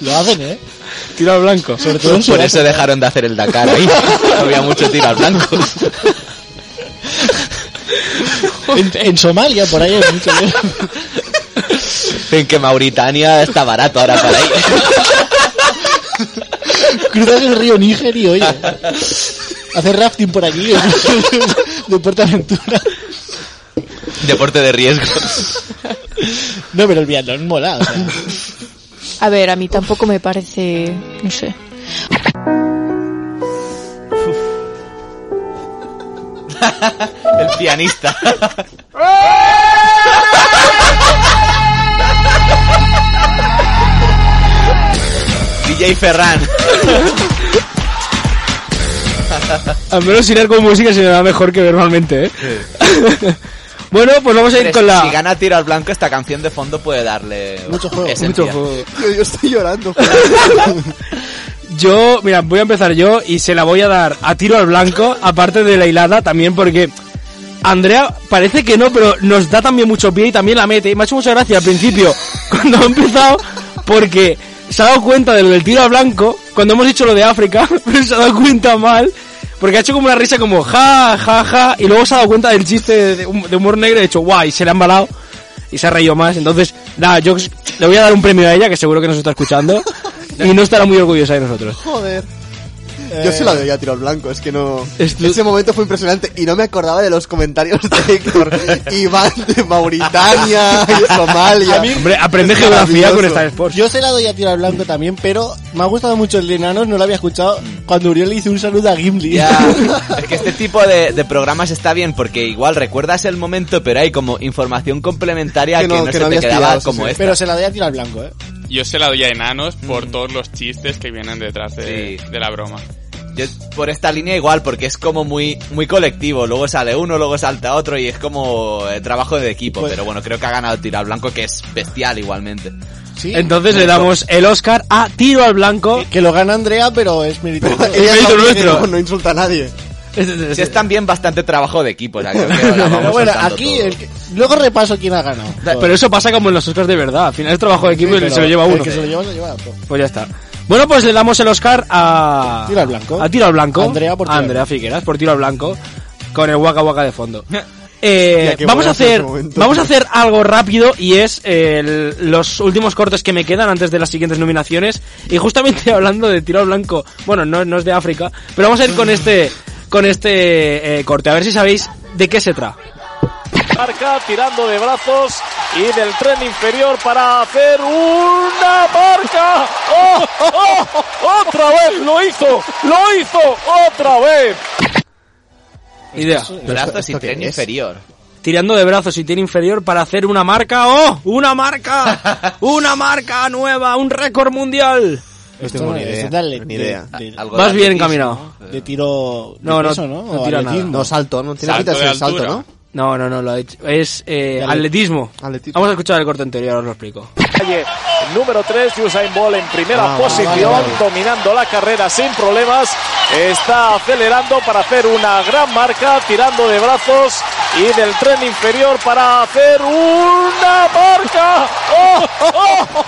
Lo hacen, ¿eh? Tiro al blanco. Sobre todo en Por Sudáfrica. eso dejaron de hacer el Dakar ahí. Había mucho tiro al blanco. En, en Somalia, por ahí hay mucho. en que Mauritania está barato ahora para ir. Cruzas el río Níger y oye. Hacer rafting por aquí. ¿eh? de Puerto Aventura. Deporte de riesgo. No, pero el biatlón mola. o sea. A ver, a mí tampoco me parece. No sé. El pianista. DJ Ferran. Al menos ir con música se me da mejor que normalmente, ¿eh? bueno, pues vamos a ir Hombre, con la... Si gana tiro al blanco, esta canción de fondo puede darle. Mucho juego. Mucho juego. Yo estoy llorando. Yo, mira, voy a empezar yo y se la voy a dar a tiro al blanco, aparte de la hilada también, porque Andrea parece que no, pero nos da también mucho pie y también la mete. Y me ha hecho mucha gracia al principio, cuando ha empezado, porque se ha dado cuenta de lo del tiro al blanco, cuando hemos dicho lo de África, pero se ha dado cuenta mal, porque ha hecho como una risa como ja, ja, ja, y luego se ha dado cuenta del chiste de hum- de humor negro y ha dicho guay, se le ha embalado. Y se ha reído más, entonces, nada, yo le voy a dar un premio a ella, que seguro que nos está escuchando, y no estará muy orgullosa de nosotros. Joder. Yo se la doy a tiro al blanco, es que no... Es Ese momento fue impresionante y no me acordaba de los comentarios de Héctor. Iván de Mauritania y Somalia. A mí- Hombre, aprende geografía con esta Sports. Yo se la doy a tiro al blanco también, pero me ha gustado mucho el de enanos, no lo había escuchado. Cuando Uriel le hizo un saludo a Gimli. Es que este tipo de, de programas está bien porque igual recuerdas el momento, pero hay como información complementaria que no, se te quedaba como esta. Pero se la doy a tiro al blanco, eh. Yo se la doy a enanos Mm. por todos los chistes que vienen detrás de, de la broma. Yo por esta línea igual, porque es como muy, muy colectivo. Luego sale uno, luego salta otro y es como eh, trabajo de equipo. Pues- pero bueno, creo que ha ganado Tiro al Blanco, que es bestial igualmente. Entonces le damos el Oscar a Tiro al Blanco. Que lo gana Andrea, pero es mérito, Ella Es no, mérito no, no insulta a nadie. Si es también bastante trabajo de equipo, o sea, creo que ahora vamos Pero bueno, soltando aquí. todo. el que- Luego repaso quién ha ganado. Pero eso pasa como en los Oscars de verdad. Al final es trabajo de equipo y pero se lo lleva el uno. que se lo lleva, se lo lleva otro. Pues ya está. Bueno, pues le damos el Oscar a. Tiro al blanco. A Tiro al Blanco. Andrea por tiro al Andrea blanco. Figueras por Tiro al Blanco. Con el Waka Waka de fondo. Eh, Ya, qué vamos a buenazo ese hacer momento. vamos a hacer algo rápido y es eh, el- los últimos cortes que me quedan antes de las siguientes nominaciones y justamente hablando de tiro al blanco bueno no, no es de África pero vamos a ir con este con este eh, corte a ver si sabéis de qué se trata Marca tirando de brazos y del tren inferior para hacer una marca. ¡Oh, oh, oh! otra vez! ¡Lo hizo! ¡Lo hizo! ¡Otra vez! Pues idea Brazos y tren inferior. tirando de brazos y tiene inferior para hacer una marca. ¡Oh! ¡Una marca! ¡Una marca nueva! ¡Un récord mundial! Esto no, esto es de atlet- de- de- Vas bien encaminado. De tiro. No, de no, peso, ¿no? no O tira atletismo. nada. No, salto, no tiene Salto pinta de de ser salto, altura. ¿no? No, no, no, lo ha hecho. Es eh, De atlet- atletismo. Vamos a escuchar el corte anterior, ahora os lo explico. Calle, número 3, Usain Bolt en primera Ah, posición, vale, vale. dominando la carrera sin problemas. Está acelerando para hacer una gran marca, tirando de brazos y del tren inferior para hacer una marca. ¡Oh, oh, oh!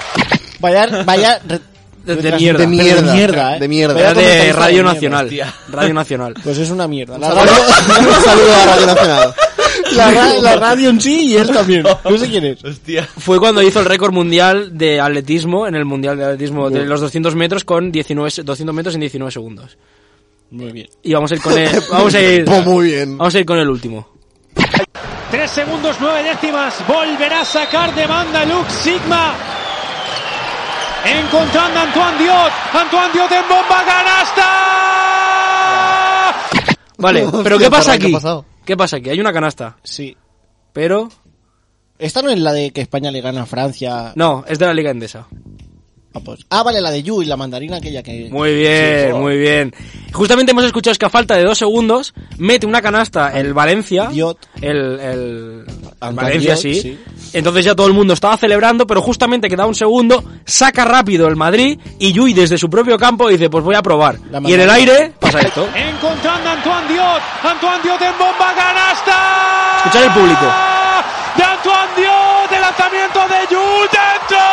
Vaya, vaya. re- De retras- mierda. De mierda. Pero ¿eh? De mierda. Vaya Era de comentarista Radio mierda. Nacional. Radio Nacional. Pues es una mierda. La saludo- radio- un saludo a Radio Nacional. La, ra- la radio en sí y él también. No sé quién es. Fue cuando hizo el récord mundial de atletismo, en el mundial de atletismo de los 200 metros con 19, se- 200 metros en 19 segundos. Muy bien. Y vamos a ir con el, vamos a ir, Pues muy bien. vamos a ir con el último. 3 segundos, 9 décimas. Volverá a sacar de banda Luke Sigma. Encontrando a Antoine Diot. Antoine Diot en bomba canasta. Vale, Hostia, pero ¿qué pasa Ferran, ¿qué ha aquí? pasado? ¿Qué pasa aquí? Hay una canasta. Sí. Pero Esta no es la de que España le gana a Francia. no, es de la Liga Endesa. Ah, vale, la de Yu y la mandarina aquella que. Muy bien, muy bien. Justamente hemos escuchado que a falta de dos segundos mete una canasta el Valencia. El, el Valencia, Diot, sí. sí. Entonces ya todo el mundo estaba celebrando, pero justamente queda un segundo, saca rápido el Madrid y Yui desde su propio campo dice, pues voy a probar. Y en el mandarina. aire pasa esto. Encontrando a Antoine Diot. Antoine Diot en bomba canasta. Escuchar el público. De Antoine Diot. El lanzamiento de Yu. ¡Dentro!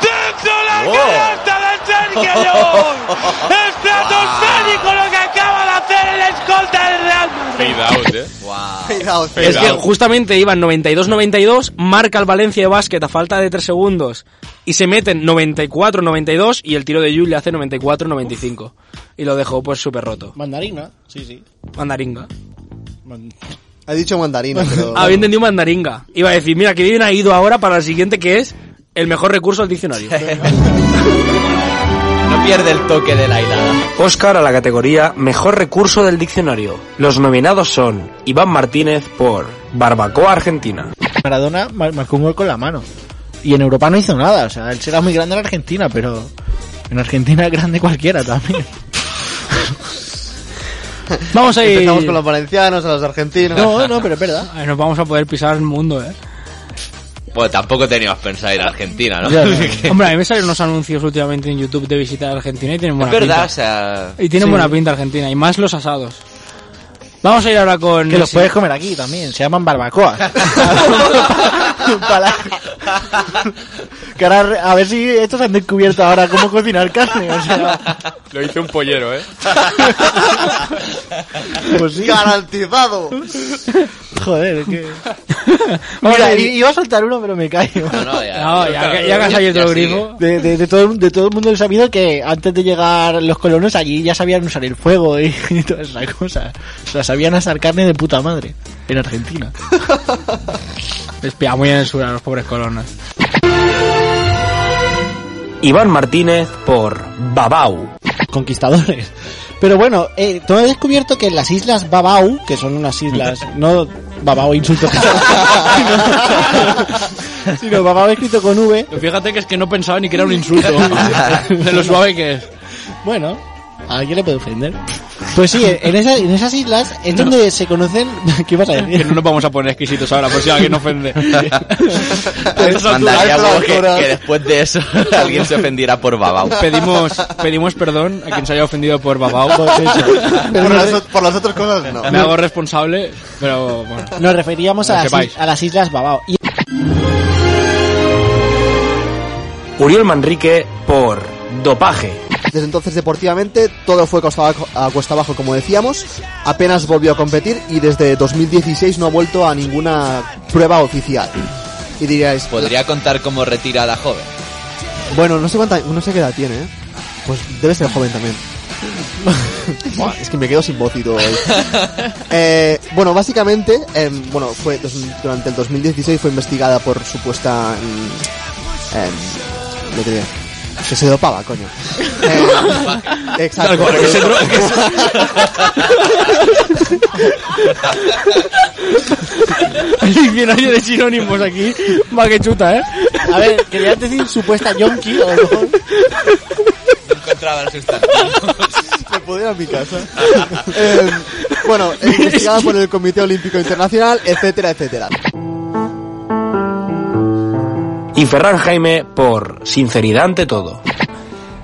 ¡Dentro la canasta de Sergio Llull! ¡Estratosférico lo que acaba de hacer el escolta del Real Madrid! Fade out, eh. Wow. Cuidado, Es que justamente iban 92-92, marca el Valencia de básquet a falta de 3 segundos y se meten 94-92 y el tiro de Yul le hace 94-95. Y lo dejó pues súper roto. Mandarina, sí, sí. Mandaringa. Ah, Man- Ha dicho mandarina, pero. Había entendido mandaringa. Iba a decir, mira, que bien ha ido ahora para el siguiente que es el mejor recurso del diccionario. No pierde el toque de la hilada. Oscar a la categoría Mejor Recurso del Diccionario. Los nominados son Iván Martínez por Barbacoa Argentina. Maradona mar- marcó un gol con la mano. Y en Europa no hizo nada. O sea, él será muy grande en Argentina, pero en Argentina es grande cualquiera también. Vamos a ir- Empezamos con los valencianos, a los argentinos. No, no, pero es verdad. Ay, Nos vamos a poder pisar el mundo, eh. Bueno, tampoco teníamos pensado ir a Argentina, ¿no? Ya, ya. Hombre, a mí me salen unos anuncios últimamente en YouTube de visitar Argentina y tienen Es buena verdad, o pinta. sea... Y tienen buena pinta Argentina, y más los asados. Vamos a ir ahora con... Que los puedes comer aquí también. Se llaman barbacoas. Para- Que ahora- a ver si estos han descubierto ahora cómo cocinar carne. O sea, Lo hizo un pollero, ¿eh? pues sí. Garantizado. Joder, es que... Vamos a Mira, ir- i- iba a soltar uno, pero me caigo. no, ya. No, ya que- ya que has Ya- salido ya el sigue. grifo. De, de- de todo, de todo el mundo he sabido que antes de llegar los colonos allí ya sabían usar el fuego y, y todas esas cosas. O sea, sabían asar carne de puta madre. En Argentina. Les pilla muy en el sur a los pobres colonos. Iván Martínez por Babau. Conquistadores. Pero bueno, eh, todo he descubierto que en las islas Babau, que son unas islas, no Babau insulto, sino, sino Babau escrito con V, Fíjate que es que no pensaba ni que era un insulto. de lo suave que es. Bueno, ¿a quién le puede ofender? Pues sí, en, esas- en esas islas es donde se conocen. ¿Qué vas a Que decir? no nos vamos a poner exquisitos ahora, por si alguien ofende. Mandaría huevo que, que después de eso alguien se ofendiera por Babau. Pedimos, pedimos perdón a quien se haya ofendido por Babao. Pues eso. Por las, o- por las otras cosas, no. Me hago responsable, pero bueno. Nos referíamos Lo a, las, sepáis. is- a las islas Babao. Y Uriel Manrique por Dopaje. Desde entonces, deportivamente, todo fue costa abajo, a cuesta abajo, como decíamos. Apenas volvió a competir y desde 2016 no ha vuelto a ninguna prueba oficial. Y diríais, Podría contar como retirada joven. bueno, no sé cuánta, no sé qué edad tiene, ¿eh? Pues debe ser joven también. Buah, es que me quedo sin bocito hoy. Eh, bueno, básicamente, em, bueno, fue dos- durante el 2016 fue investigada por supuesta mm, em, lo diré. Que se dopaba, coño. Eh, exacto. Algo, que se dro- que El diccionario de sinónimos aquí va que chuta, ¿eh? a ver, quería decir supuesta yonki, a lo mejor. Encontraba el sustantivo. Me puedo ir a mi casa. Eh, bueno, eh, investigada por el Comité Olímpico Internacional, etcétera, etcétera. Y Ferran Jaime por Sinceridad ante todo.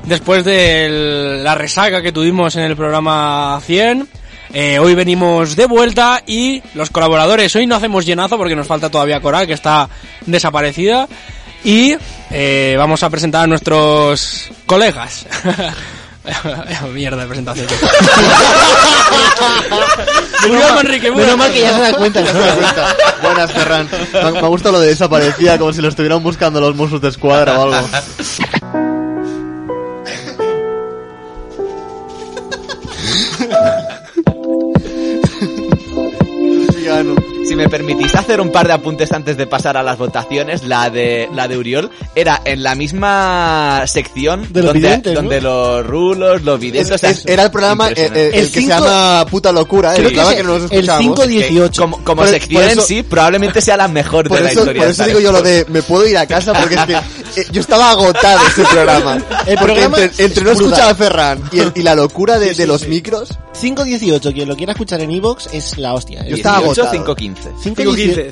Después de el- la resaca que tuvimos en el programa 100, eh, hoy venimos de vuelta y los colaboradores, hoy no hacemos llenazo porque nos falta todavía Coral, que está desaparecida, y eh, vamos a presentar a nuestros colegas. Mierda de presentación. Muriel Manrique, Menos mal que ya se da cuenta. Ya se da cuenta. Buenas, Ferran. Me, me gusta lo de desaparecida, como si lo estuvieran buscando los Mossos de Escuadra o algo. Si me permitís hacer un par de apuntes antes de pasar a las votaciones, la de la de Uriol era en la misma sección De los donde, videntes, ¿no? donde los rulos, los videntes, o sea, Es- era el programa, eh, eh, el, impresionante. que cinco- se llama Puta Locura, el Creo que programa es que no nos el escuchábamos. 5 18. como, como Por- sección por eso- en sí probablemente sea la mejor Por de la eso, historia. por eso de digo yo lo Star Wars. de me puedo ir a casa porque es que eh, yo estaba agotado ese programa. El Porque programa entre, es entre no brutal. escuchar a Ferran y, el- y la locura de, Sí, sí, de los sí. micros, 5.18, quien lo quiera escuchar en Evox es la hostia. ¿eh? yo estaba 18, agotado. 515.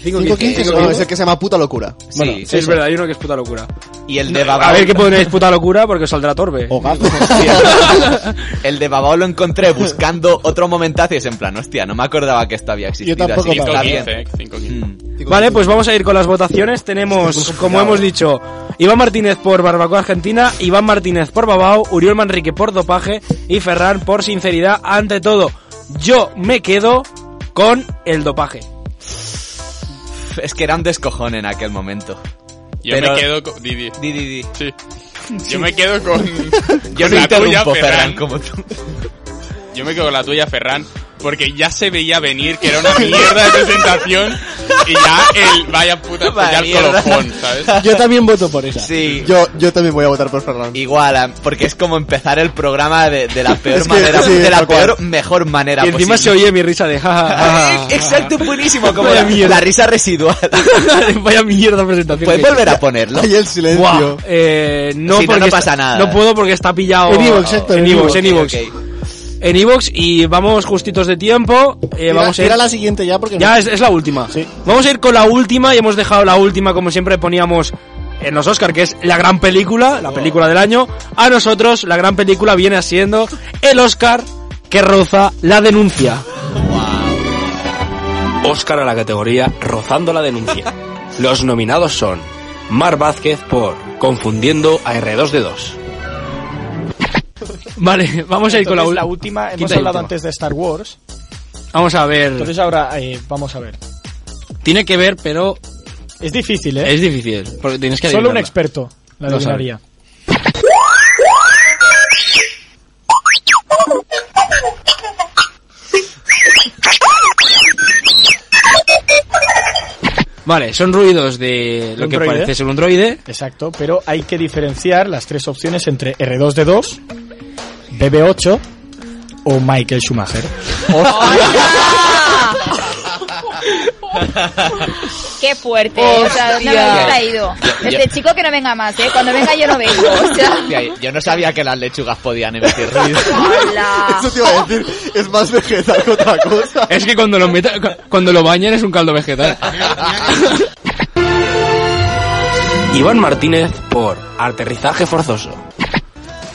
5.15. 5.15 No, es el que se llama Puta Locura. Bueno, Sí, es verdad, hay uno que es puta locura. Y el de A Babao, ver qué pone es puta locura porque os saldrá torbe. O gato. el de Babao lo encontré buscando otro momentazo y es en plan, hostia, no me acordaba que esto había existido. tampoco, así que 5-15, está bien. ¿eh? 5-15. Vale, pues vamos a ir con las votaciones. Tenemos, como hemos dicho, Iván Martínez por Barbacoa Argentina, Iván Martínez por Babao, Uriol Manrique por Dopaje y Ferran por Sinceridad ante todo. Yo me quedo con el dopaje. Es que era un descojón en aquel momento. Yo Pero- me quedo con Didi. Didi, Didi. Sí. Mm. Yo me quedo con. Yo con no la tuya, interrumpo, Ferran, como tú. Yo me quedo con la tuya, Ferran, porque ya se veía venir que era una mierda de presentación y ya el vaya puta pues ya el mierda. colofón, ¿sabes? Yo también voto por esa. Sí. Yo, yo también voy a votar por Ferran. Igual, a- porque es como empezar el programa de, de la peor Es que, manera, sí, de la tal cual. peor, mejor manera Y encima se posible. oye Ah. mi risa de jaja. Exacto, buenísimo, como Vaya la, mierda. la risa residual. Vaya mierda presentación. ¿Puedes volver a ponerlo? Ahí el silencio. Buah, eh, no, Si no, porque no está- pasa nada. No puedo porque está pillado. En iVoox, Héctor, En en iVoox, en iVoox. iVoox. En iVoox y vamos justitos de tiempo. Eh, Tira- vamos a ir. tira la siguiente ya porque Ya no- es, es la última. Vamos a ir con la última y hemos dejado la última, como siempre poníamos en los Oscar, que es la gran película, Oh. la película del año. A nosotros, la gran película viene siendo el Oscar que roza la denuncia. Oscar a la categoría Rozando la denuncia. Los nominados son Mar Vázquez por Confundiendo a R2D2. Vale, vamos a ir con la, Entonces, ul- la última. Hemos quinta y hablado última. antes de Star Wars. Vamos a ver. Entonces ahora eh, vamos a ver. Tiene que ver, pero. Es difícil, ¿eh? Es difícil. Porque tienes que Solo un adivinarla. experto la Lo adivinaría. Vale, son ruidos de lo Un que droide. parece ser un droide. Exacto, pero hay que diferenciar las tres opciones entre R2D2, BB8 o Michael Schumacher. Oh, Qué fuerte. Hostia. O sea, ¿dónde me habéis traído? Ya- ya- Este chico que no venga más, ¿eh? Cuando venga yo no vengo. O sea, Hostia, yo no sabía que las lechugas podían emitir ruido. Eso te iba a decir. Es más vegetal que otra cosa. Es que cuando lo, meta- cu- cuando lo bañan es un caldo vegetal. Iván Martínez por Aterrizaje Forzoso.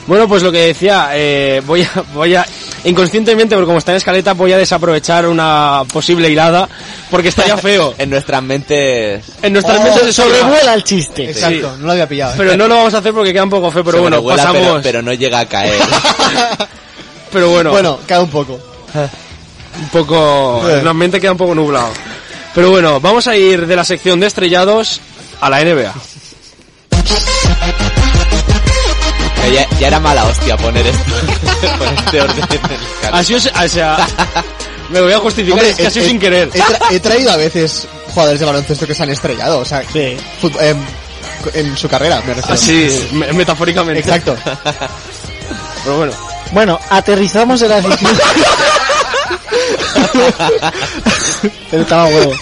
Bueno, pues lo que decía, eh, voy a, voy a, inconscientemente, porque como está en escaleta, voy a desaprovechar una posible hilada, porque estaría feo. en nuestras mentes. En nuestras Oh, mentes se sobrevuela el chiste. Exacto, no lo había pillado. ¿eh? Pero no lo vamos a hacer porque queda un poco feo, pero bueno, Sobrevuela, pero- pasamos. pero no llega a caer. Pero bueno. Bueno, cae un poco. un poco. Bueno. La mente queda un poco nublado. Pero bueno, vamos a ir de la sección de estrellados a la NBA. Que Ya, ya era mala hostia poner esto. con este orden en el canal. Así os- o sea, me voy a justificar, es que he- ha sido he- sin querer. He, tra- he traído a veces jugadores de baloncesto que se han estrellado, o sea, fut- em, en su carrera, me refiero. Así, me- metafóricamente. Exacto. Pero bueno. Bueno, aterrizamos en la siguiente. Pero estaba huevo.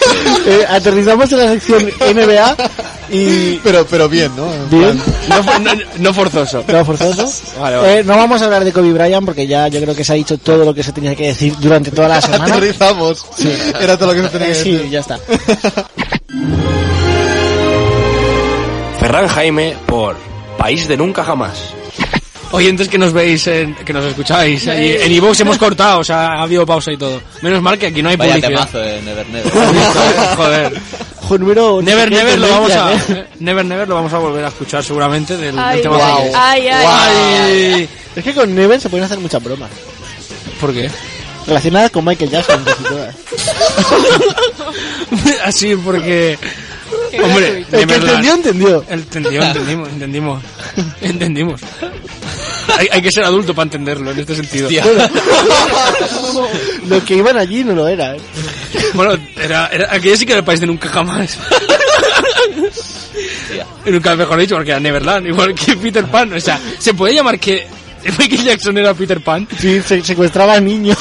Eh, aterrizamos en la sección NBA y... Pero, pero bien, ¿no? Bien. No, fo- no- no forzoso. ¿Todo forzoso? Vale, vale. Eh, no vamos a hablar de Kobe Bryant porque ya yo creo que se ha dicho todo lo que se tenía que decir durante toda la semana. Aterrizamos. Era todo lo que se tenía que Eh, sí, decir. Ah, ya está. Ferran Jaime por País de Nunca Jamás. Oyentes que nos veis, en- que nos escucháis. Sí. y en iVoox hemos cortado, o sea, ha habido pausa y todo. Menos mal que aquí no hay Vaya publicidad. Eh, temazo de Never Never. Joder. Número Never no sé qué Never lo vamos tendencia, a ¿eh? Never Never lo vamos a volver a escuchar seguramente del, del Ay, tema guau. de- Ay, ay, Guay. Es que con Never se pueden hacer muchas bromas. ¿Por qué? Relacionadas con Michael Jackson. casi todas. Así porque Qué hombre, gratuito. El que Neverland. entendió, entendió. Entendió, entendimos, entendimos. Entendimos. Hay, hay que ser adulto para entenderlo en este sentido. Bueno, los que iban allí no lo ¿eh? eran. Bueno, era, era aquello sí que era el país de nunca jamás. Y nunca mejor dicho, porque era Neverland, igual que Peter Pan. O sea, ¿se puede llamar que Michael Jackson era Peter Pan? Sí, se secuestraban niños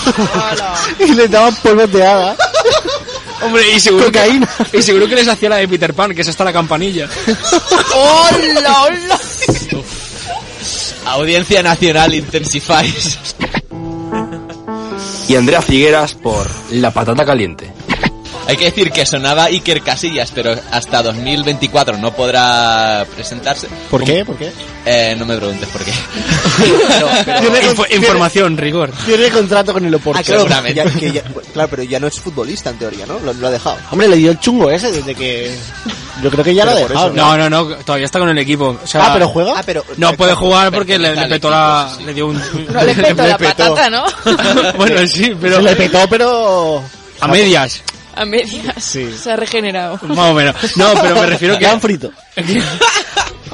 y les daban polvos de hada. Hombre, y seguro, Que, y seguro que les hacía la de Peter Pan, que es hasta la campanilla. ¡Hola, hola! Audiencia nacional intensifies. Y Andrea Figueras por La Patata Caliente. Hay que decir que sonaba Iker Casillas, pero hasta 2024 no podrá presentarse. Pues- ¿Por qué? ¿Por qué? Eh, no me preguntes por qué. Info- información, rigor. Tiene contrato con el Oporto. Ah, claro, que ya- que ya- claro, pero ya no es futbolista en teoría, ¿no? Lo, lo ha dejado. Hombre, le dio el chungo ese desde que... Yo creo que ya lo ha Pero por dejado. eso, No, no, no, todavía está con el equipo. O sea, Ah, ¿pero juega? Ah, pero- No puede jugar porque Pertenece le, le al petó equipo, la... Le dio un... No, le petó la patata, ¿no? bueno, sí, pero... Se le petó, pero... A medias. A medias. Se ha regenerado. Más o menos. No, pero me refiero que. Le han frito.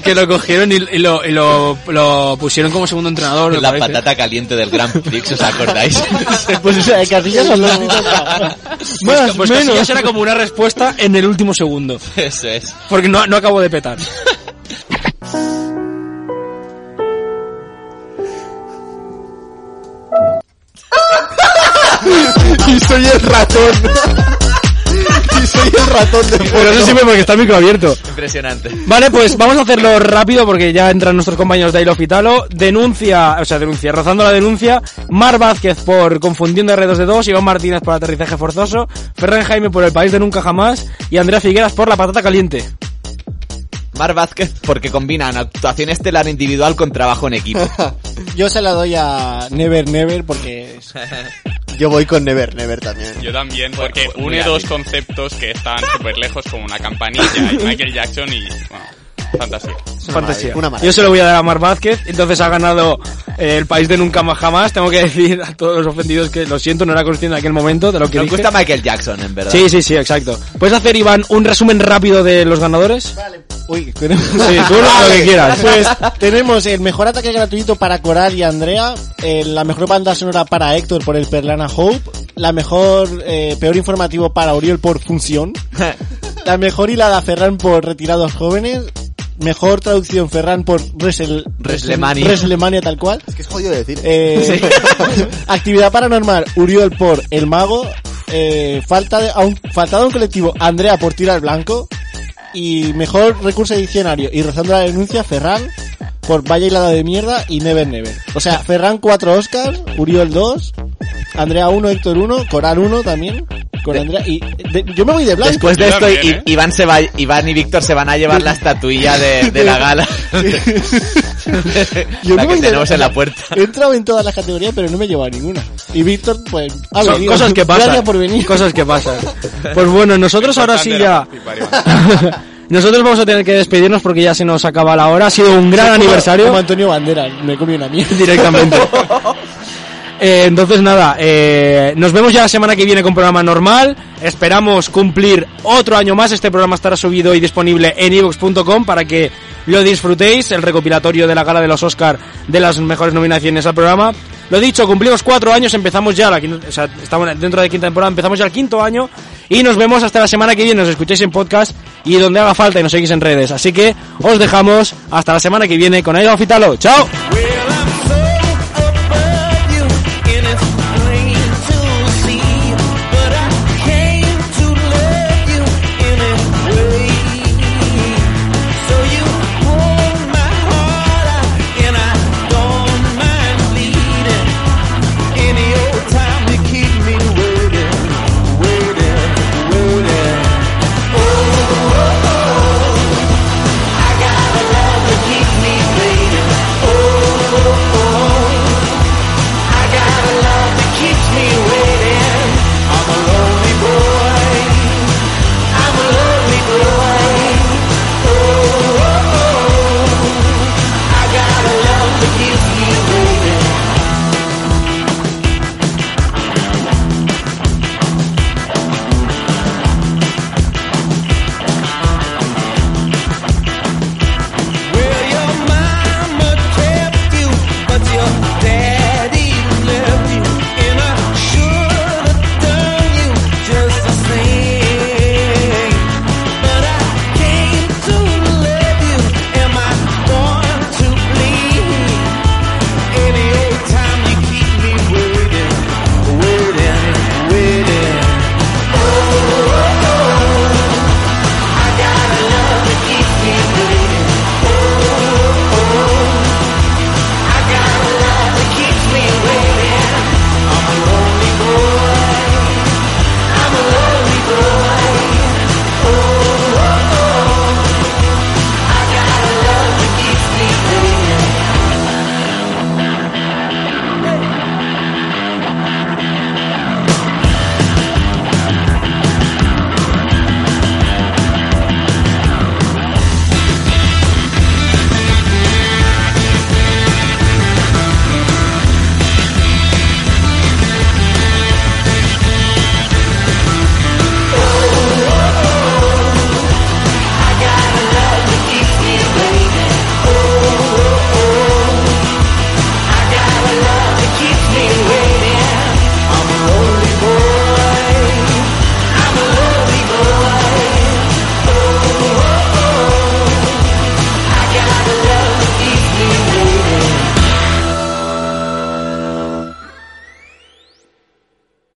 que lo cogieron y, y lo, y lo- lo pusieron como segundo entrenador. me La parece. patata caliente del Grand Prix, ¿os acordáis? Pues o sea, de Casillas son los Pues, Más, pues menos. Casillas era como una respuesta en el último segundo. Eso es. Porque no, no acabo de petar. y soy el ratón. y soy el ratón de Pero eso siempre porque está el micro abierto. Impresionante. Vale, pues vamos a hacerlo rápido porque ya entran nuestros compañeros de Ailofitalo. Denuncia, o sea, denuncia, rozando la denuncia. Mar Vázquez por confundiendo R2 de 2, Iván Martínez por aterrizaje forzoso, Ferran Jaime por el país de nunca jamás y Andrea Figueras por la patata caliente. Mar Vázquez, porque combinan actuación estelar individual con trabajo en equipo. Yo se la doy a Never Never porque es- Yo voy con Never, Never también. Yo también, porque bueno, une mira, dos conceptos que están súper lejos, como una campanilla y Michael Jackson y, bueno, fantasía. Fantasía. Yo se lo voy a dar a Mar Vázquez, entonces ha ganado eh, el país de nunca más jamás. Tengo que decir a todos los ofendidos que lo siento, no era consciente en aquel momento de lo que Nos dije. gusta Michael Jackson, en verdad. Sí, sí, sí, exacto. ¿Puedes hacer, Iván, un resumen rápido de los ganadores? Uy, tenemos... Sí, tú lo que quieras. Pues tenemos el mejor ataque gratuito para Coral y Andrea, eh, la mejor banda sonora para Héctor por el Perlana Hope, la mejor, eh, peor informativo para Oriol por Función, la mejor hilada Ferran por Retirados Jóvenes, mejor traducción Ferran por Wrestle- Wrestlemania. Wrestlemania tal cual. Es que es jodido de decir. Eh, actividad paranormal, Uriol por El Mago. Eh, falta de, a un, faltado un colectivo, Andrea por Tirar Blanco. Y mejor recurso de diccionario y rozando la denuncia, Ferran por Vaya Hilada de Mierda y Never Never. O sea, Ferran 4 Oscars, Uriol 2, Andrea 1, Héctor 1, Coral 1 también. Con Andrea y de- yo ¿eh? me voy de blanco. Después de esto, ¿eh? I- Iván, se va, Iván y Víctor se van a llevar la estatuilla de, de la gala. Yo la no que voy de- tenemos en la puerta. He entrado en todas las categorías, pero no me he llevado ninguna. Y Víctor, pues, ha Son venido. cosas que pasan. Gracias por venir. Cosas que pasan. Pues bueno, nosotros ahora sí ya. Nosotros vamos a tener que despedirnos porque ya se nos acaba la hora. Ha sido un gran Como- aniversario. Como Antonio Bandera, me comí una mierda. Directamente. Eh, entonces nada, eh, nos vemos ya la semana que viene con programa normal. Esperamos cumplir otro año más. Este programa estará subido y disponible en evox.com para que lo disfrutéis. El recopilatorio de la gala de los Oscar de las mejores nominaciones al programa. Lo dicho, cumplimos cuatro años, empezamos ya, la, quin- o sea, estamos dentro de la quinta temporada, empezamos ya el quinto año y nos vemos hasta la semana que viene. Nos escucháis en podcast y donde haga falta y nos seguís en redes. Así que os dejamos hasta la semana que viene con Aida Fitalo. Oh, ¡Chao! We Oh, Oh, Oh, Oh,